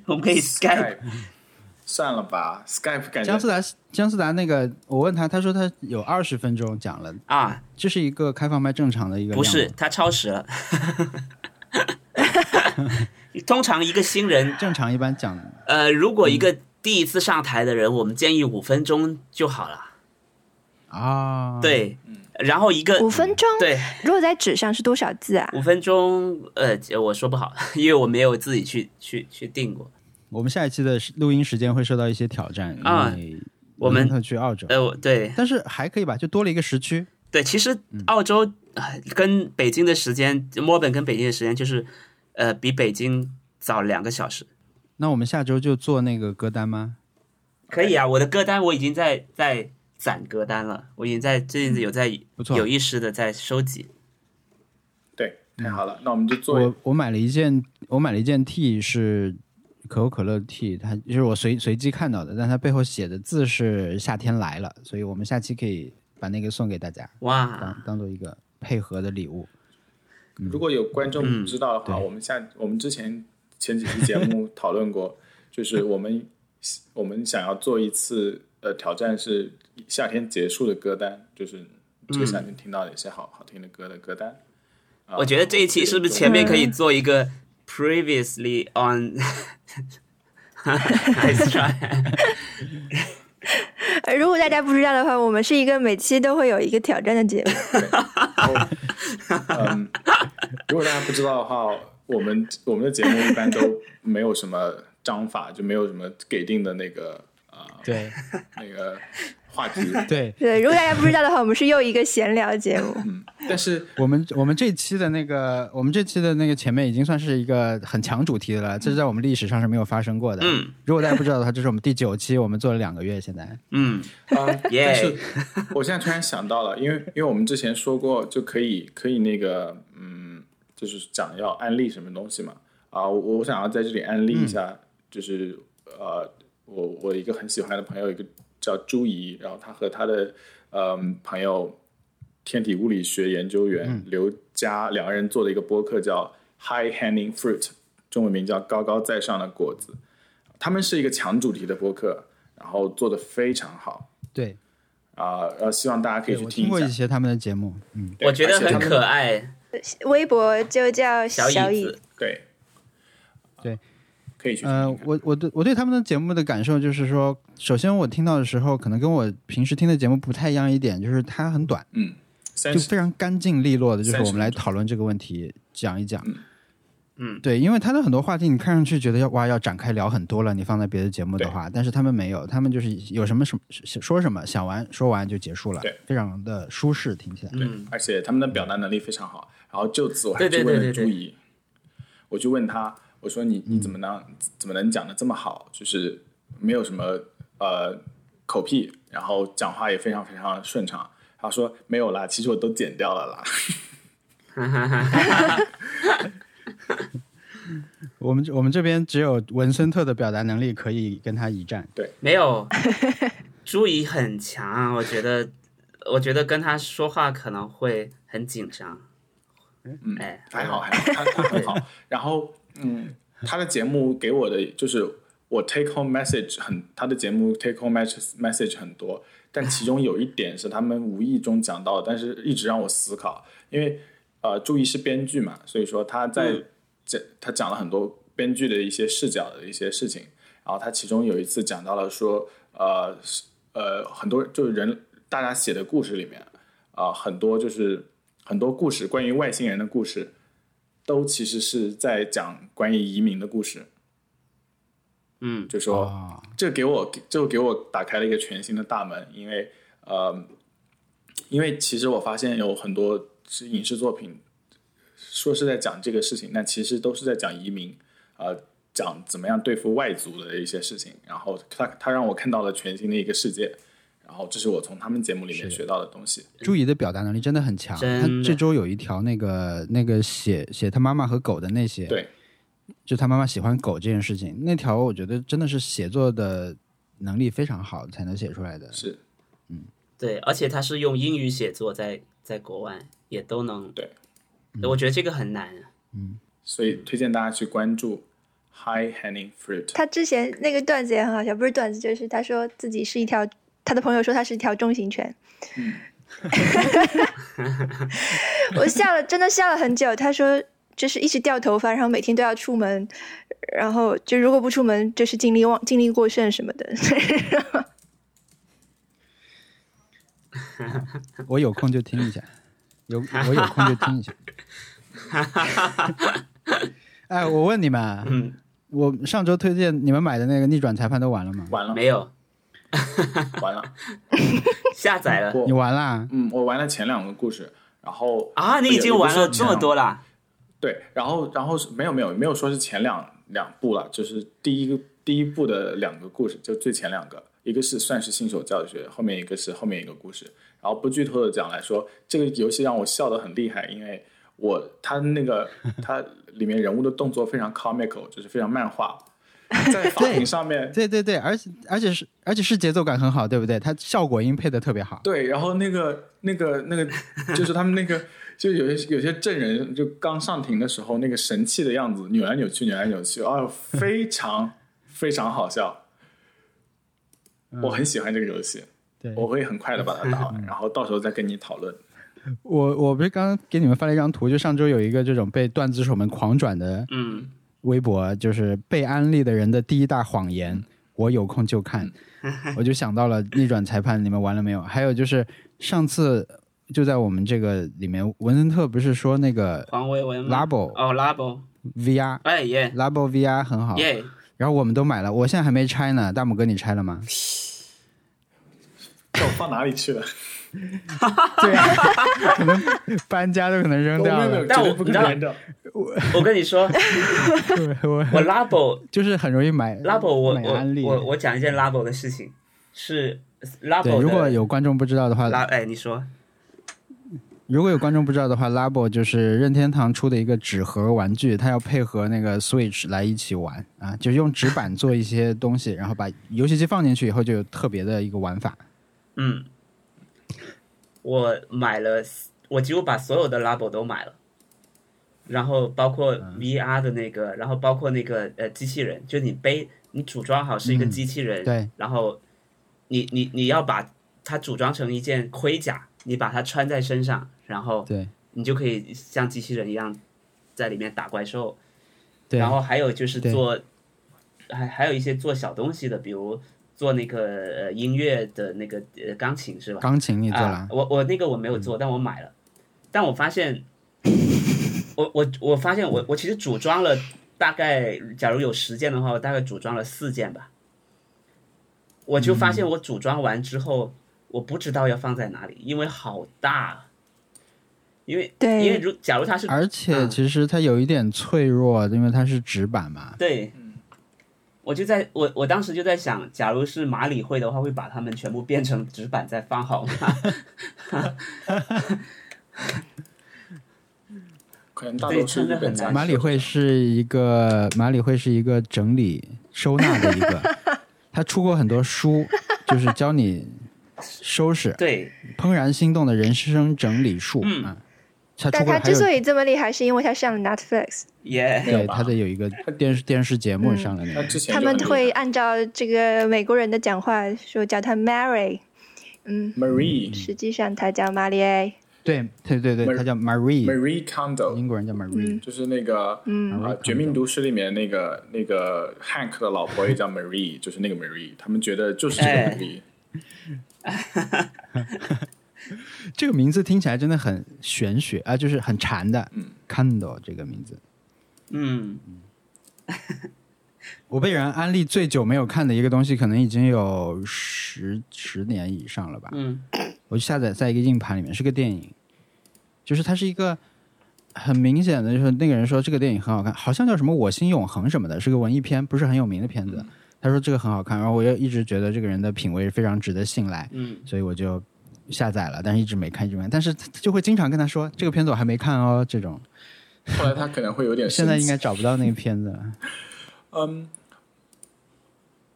我们可以 Skype Skype 算了吧，Skype 感姜思觉达，姜思达那个，我问他，他说他有二十分钟讲了，啊，这是一个开放麦正常嗯的一个量不吗是，他超时了。 通常一个新人，正常一般讲呃，如果一嗯个第一次上台的人，我们建议五分钟就好了。嗯啊，，对，然后一个五分钟对落在纸上是多少字啊？五分钟，呃，我说不好， 因为我没有自己去去去定过。我们下一期的录音时间会受到一些挑战啊，因为我们林特去澳洲，呃，我对但是还可以吧，就多了一个时区，对，其实嗯澳洲、呃跟北京的时间，墨尔本跟北京的时间就是，呃，比北京早两个小时。那我们下周就做那个歌单吗？可以啊，我的歌单我已经在在攒歌嗯单了，我已经在最近有在不错有意识的在收集。对，太好了，那我们就做一我我买了一件，我买了一件 T 是可口可乐 T，它就是我随随机看到的，但它背后写的字是“夏天来了”，所以我们下期可以把那个送给大家，哇嗯当，当做一个配合的礼物。如果有观众不知道的话，我们下我们之前前几期节目讨论过，就是我们我们想要做一次呃挑战是夏天结束的歌单，就是这个夏天听到的一些好、好听的歌的歌单。啊我觉得这一期是不是前面可以做一嗯个 previously on？Nice try 呃如果大家不知道的话，我们是一个每期都会有一个挑战的节目。嗯，如果大家不知道的话，我们我们的节目一般都没有什么章法，就没有什么给定的那个啊、呃对 那个话题。对，对，如果大家不知道的话，我们是又一个闲聊节目。嗯但是我们我们这期的那个，我们这期的那个前面已经算是一个很强主题的了，这是在我们历史上是没有发生过的。嗯，如果大家不知道的话，这是我们第九期，我们做了两个月，现在嗯，啊，耶但 是我现在突然想到了，因为因为我们之前说过，就可以可以那个嗯，就是讲要安利什么东西嘛啊，我我想要在这里安利一下，就是呃，我我一个很喜欢的朋友，一个叫朱怡，然后他和他的嗯朋友天体物理学研究员刘佳两个人做的一个播客叫《High Hanging Fruit》，中文名叫《高高在上的果子》，他们是一个强主题的播客。然后做的非常好，对，啊，然后希望大家可以对去我听过一一下。些他们的节目，嗯，对我觉得而且他很们可爱。 微博就叫小小椅乙子，对，对，可以去听呃一看，我我对我对他们的节目的感受就是说，首先我听到的时候，可能跟我平时听的节目不太一样一点，就是它很短，嗯，三就十非常干净利落的，就是30我们来分钟讨论这个问题，讲一讲。嗯，对，因为他的很多话题，你看上去觉得要哇要展开聊很多了，你放在别的节目的话，但是他们没有，他们就是有什么什么说什么，想完说完就结束了对，非常的舒适，听起来。嗯，而且他们的表达能力非常好。然后就此我还对对去对问对了朱对怡，我就问他，我说你你怎么能怎么能讲的这么好？就是没有什么呃口癖，然后讲话也非常非常顺畅。他说没有啦，其实我都剪掉了啦。我们我们这边只有文森特的表达能力可以跟他一战。没有，朱怡很强，啊我觉得，我觉得跟他说话可能会很紧张。嗯，哎，还好，还好，他他很 好。然后，嗯，他的节目给我的就是我 take home message 很，他的节目 take home message message 很多，但其中有一点是他们无意中讲到的，但是一直让我思考，因为呃，注意是编剧嘛，所以说他在这、他讲了很多编剧的一些视角的一些事情，然后他其中有一次讲到了说，呃是呃，很多就是人大家写的故事里面啊、很多就是很多故事关于外星人的故事，都其实是在讲关于移民的故事。嗯，就说、哦这给我这给我打开了一个全新的大门，因为呃，因为其实我发现有很多是影视作品说是在讲这个事情，但其实都是在讲移民，呃，讲怎么样对付外族的一些事情。然后他他啊让我看到了全新的一个世界，然后这是我从他们节目里面学到的东西。朱怡的表达能力真的很强，真他的这周有一条那个那个写写他妈妈和狗的那些，对，就他妈妈喜欢狗这件事情，那条我觉得真的是写作的能力非常好才能写出来的。是对，而且他是用英语写作在，在国外也都能。对，我觉得这个很难。啊所以推荐大家去关注 High Hanging Fruit。他之前那个段子也很好笑，不是段子，就是他说自己是一条，他的朋友说他是一条中型犬。嗯 我笑了，真的笑了很久。他说就是一直掉头发，然后每天都要出门，然后就如果不出门，就是精力旺、精力过剩什么的。 我有空就听一下，有我有空就听一下。哎，我问你们啊，嗯，我上周推荐你们买的那个逆转裁判都完了吗？完了，没有完了！下载了你完啦？嗯，我玩了前两个故事，然后啊！哎你已经玩了这么多了。了，对，然后然后是没有没有没有说是前两两部了，就是第一个第一部的两个故事，就最前两个，一个是算是新手教学，后面一个是后面一个故事。然后不剧透的讲来说，这个游戏让我笑得很厉害，因为我他那个他里面人物的动作非常 comical，就是非常漫画，在法庭上面对对对，而且而且是而且是节奏感很好，对不对？它效果音配的特别好。对，然后那个那个那个，就是他们那个，就有些有些证人就刚上庭的时候，那个神气的样子，扭来扭去，扭来扭去，啊，非常非常好笑。嗯我很喜欢这个游戏，对我会很快的把它打完，然后到时候再跟你讨论。我我不是刚刚给你们发了一张图，就上周有一个这种被段子手们狂转的嗯，微博，就是被安利的人的第一大谎嗯言。我有空就看，我就想到了逆转裁判，你们玩了没有？还有就是上次就在我们这个里面，文森特不是说那个黄维文吗 Labo 哦，Labo， VR 哎耶 Labo VR 很好，耶，然后我们都买了，我现在还没拆呢。大拇哥，你拆了吗？这我放哪里去了？对啊，可能搬家都可能扔我掉没有没有了。但绝对我不你可知道能的。 我跟你说，对 我我 Labo 就是很容易买 Labo，我买安利。我我我讲一件 Labo 的事情，是 Labo 对，的如果有观众不知道的话，拉哎，你说如果有观众不知道的话，Labo 就是任天堂出的一个纸盒玩具，它要配合那个 Switch 来一起玩啊，就是用纸板做一些东西，然后把游戏机放进去以后，就有特别的一个玩法。嗯，我买了，我几乎把所有的 Labo 都买了，然后包括嗯 VR 的那个，然后包括那个呃机器人，就你背你组装好是一个嗯机器人，对，然后你你你要把它组装成一件盔甲，你把它穿在身上，然后对你就可以像机器人一样在里面打怪兽，对，然后还有就是对做，还还有一些做小东西的，比如做那个呃音乐的那个呃钢琴是吧？钢琴你做了，嗯啊、我我那个我没有做，但我买了，但我发现，我我我发现我我其实组装了大概，假如有十件的话，我大概组装了四件吧。我就发现嗯我组装完之后，我不知道要放在哪里，因为好大，啊因为对因为如假如它是哎而且嗯其实它有一点脆弱，因为它是纸板嘛。对，我就在我我当时就在想，假如是马里会的话，会把它们全部变成纸板再放好吗？ 可能大对多数真的日本很家难马里会是一个马里会是一个整理收纳的一个， 他出过很多书，就是教你收拾《对，怦然心动的人生整理术》嗯啊。他出但过他还之所有以这么厉害，是因为他上了 Netflix，耶、没对有吧他的有一个电视电视节目上啊了那嗯他个，之前他就们很厉害会按照这个美国人的讲话说叫他 Mary，嗯， Marie 实际上他叫玛丽嗯 A。对对对对， Mar- 他叫嗯 Marie， Marie Kondo，英国人叫 Marie，就是那个嗯啊，《绝命毒师》里面那个那个 Hank 的老婆也叫 Marie，就是那个 Marie，他们觉得就是这个哎 Marie，这个名字听起来真的很玄学啊，就是很禅的嗯。 Kando 这个名字，嗯， 我被人安利最久没有看的一个东西，可能已经有十十年以上了吧。嗯，我就下载在一个硬盘里面，是个电影，就是它是一个很明显的，就是那个人说这个电影很好看，好像叫什么《我心永恒》什么的，是个文艺片，不是很有名的片子。嗯他说这个很好看，然后我又一直觉得这个人的品味非常值得信赖，嗯，所以我就下载了，但是一直没看，一直没看。但是就会经常跟他说这个片子我还没看哦，这种后来他可能会有点生现在气应该找不到那个片子了。嗯，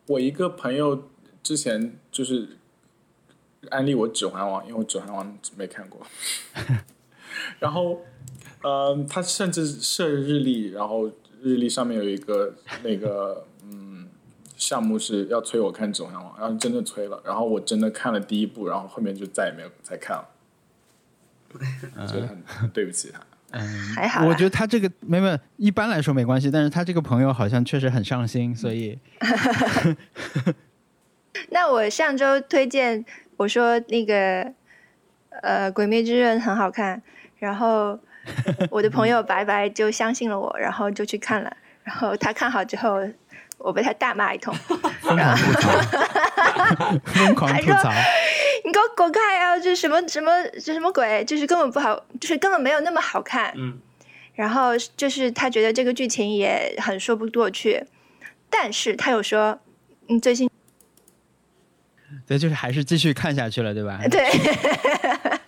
我一个朋友之前就是安利我《指环王》，因为我《指环王》没看过。 然后，嗯，他甚至设日历，然后日历上面有一个那个嗯项目是要催我看《指环王》，然后真的催了，然后我真的看了第一部，然后后面就再也没有再看了，觉得很对不起他。还好啦，我觉得他这个没有没有，一般来说没关系，但是他这个朋友好像确实很上心，所以那我上周推荐我说那个呃《鬼灭之刃》很好看，然 后我的朋友白白就相信了我，然后就去看了，然后他看好之后，我被他大骂一通， 疯狂吐槽，疯狂吐槽。你给我滚开啊！这什么什么这什么鬼？就是根本不好，就是根本没有那么好看。嗯。然后就是他觉得这个剧情也很说不过去，但是他又说，嗯，最新对，就是还是继续看下去了，对吧？对，嗯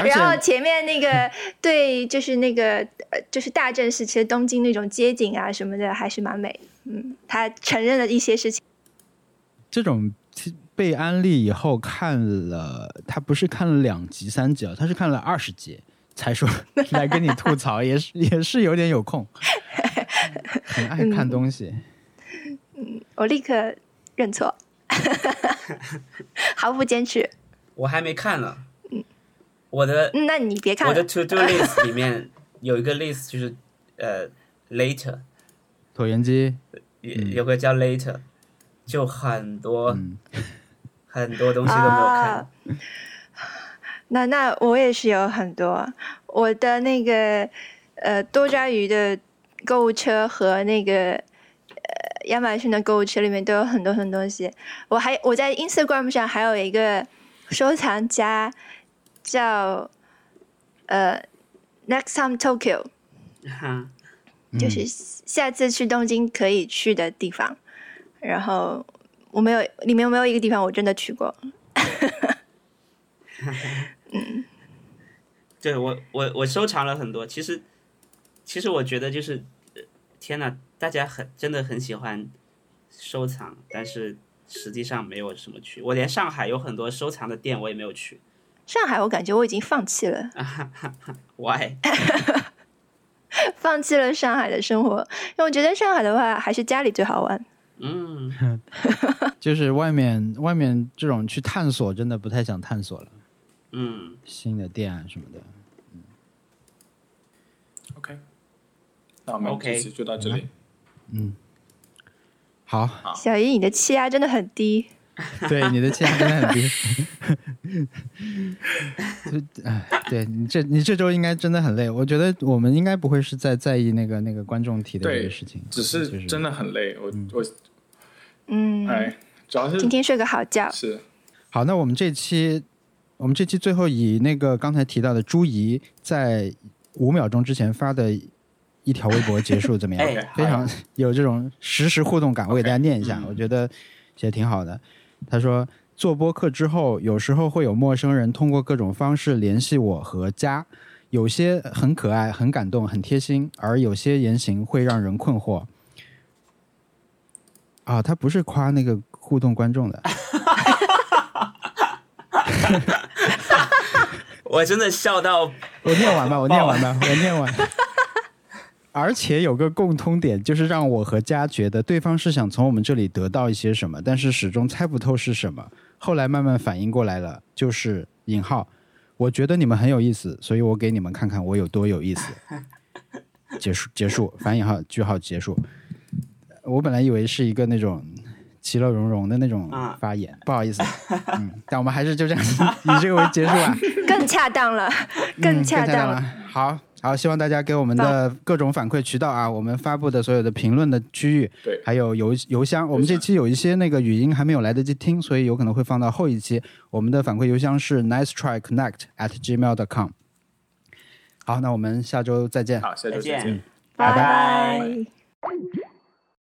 而 然后且前面那个对，就是那个呃，就是大正时期的东京那种街景啊什么的，还是蛮美的。嗯，他承认了一些事情。这种其被安利以后看了，他不是看了两集三集啊，他是看了二十集才说来跟你吐槽，也是也是有点有空，很爱看东西。我立刻认错，毫不坚持。我还没看呢。我的嗯嗯那你别看我的了， to do list 里面有一个 list 就是呃 later 椭圆机，有嗯有个叫 later，就很哦多嗯，很多东西都没有看啊。那那我也是有很多，我的那个呃多抓鱼的购物车和那个呃亚马逊的购物车里面都有很多很多东西。我还我在 Instagram 上还有一个收藏夹叫呃 Next Time Tokyo，哈就是下次去东京可以去的地方。然后我没有里面没有一个地方我真的去过，对我我我收藏了很多。其实其实我觉得就是，呃天哪，大家很真的很喜欢收藏，但是实际上没有什么去。我连上海有很多收藏的店我也没有去。上海我感觉我已经放弃了。 Why？放弃了上海的生活，因为我觉得上海的话还是家里最好玩。嗯，就是外面外面这种去探索，真的不太想探索了，嗯，新的店啊什么的。 OK，那我们这 OK 期就到这里。好，小姨，你的气压真的很低，对，你的气压真的很低。就哎，对你这你这周应该真的很累。我觉得我们应该不会是在在意那个那个观众提的这对个事情，只就是是真的很累，我我嗯，哎，主要是今天睡个好觉，是好。那我们这期我们这期最后以那个刚才提到的朱怡在五秒钟之前发的一条微博结束，怎么样？哎非常有这种实时互动感，我给大家念一下，我觉得写的挺好的。他说，做播客之后，有时候会有陌生人通过各种方式联系我和家，有些很可爱、很感动、很贴心，而有些言行会让人困惑。啊，他不是夸那个互动观众的，我真的笑到 我念完吧，我念完吧，我念完。而且有个共通点，就是让我和家觉得对方是想从我们这里得到一些什么，但是始终猜不透是什么。后来慢慢反应过来了，就是引号，我觉得你们很有意思，所以我给你们看看我有多有意思。结束，结束，反引号，句号，结束。我本来以为是一个那种其乐融融的那种啊发言，不好意思，嗯，但我们还是就这样以这个为结束吧。更恰当了，嗯更恰嗯当当了。。好好，希望大家给我们的各种反馈渠道啊，我们发布的所有的评论的区域，对还有邮邮箱。我们这期有一些那个语音还没有来得及听，所以有可能会放到后一期。我们的反馈邮箱是 nice try connect at gmail dot com。好，那我们下周再见。好，下周再见见。拜拜拜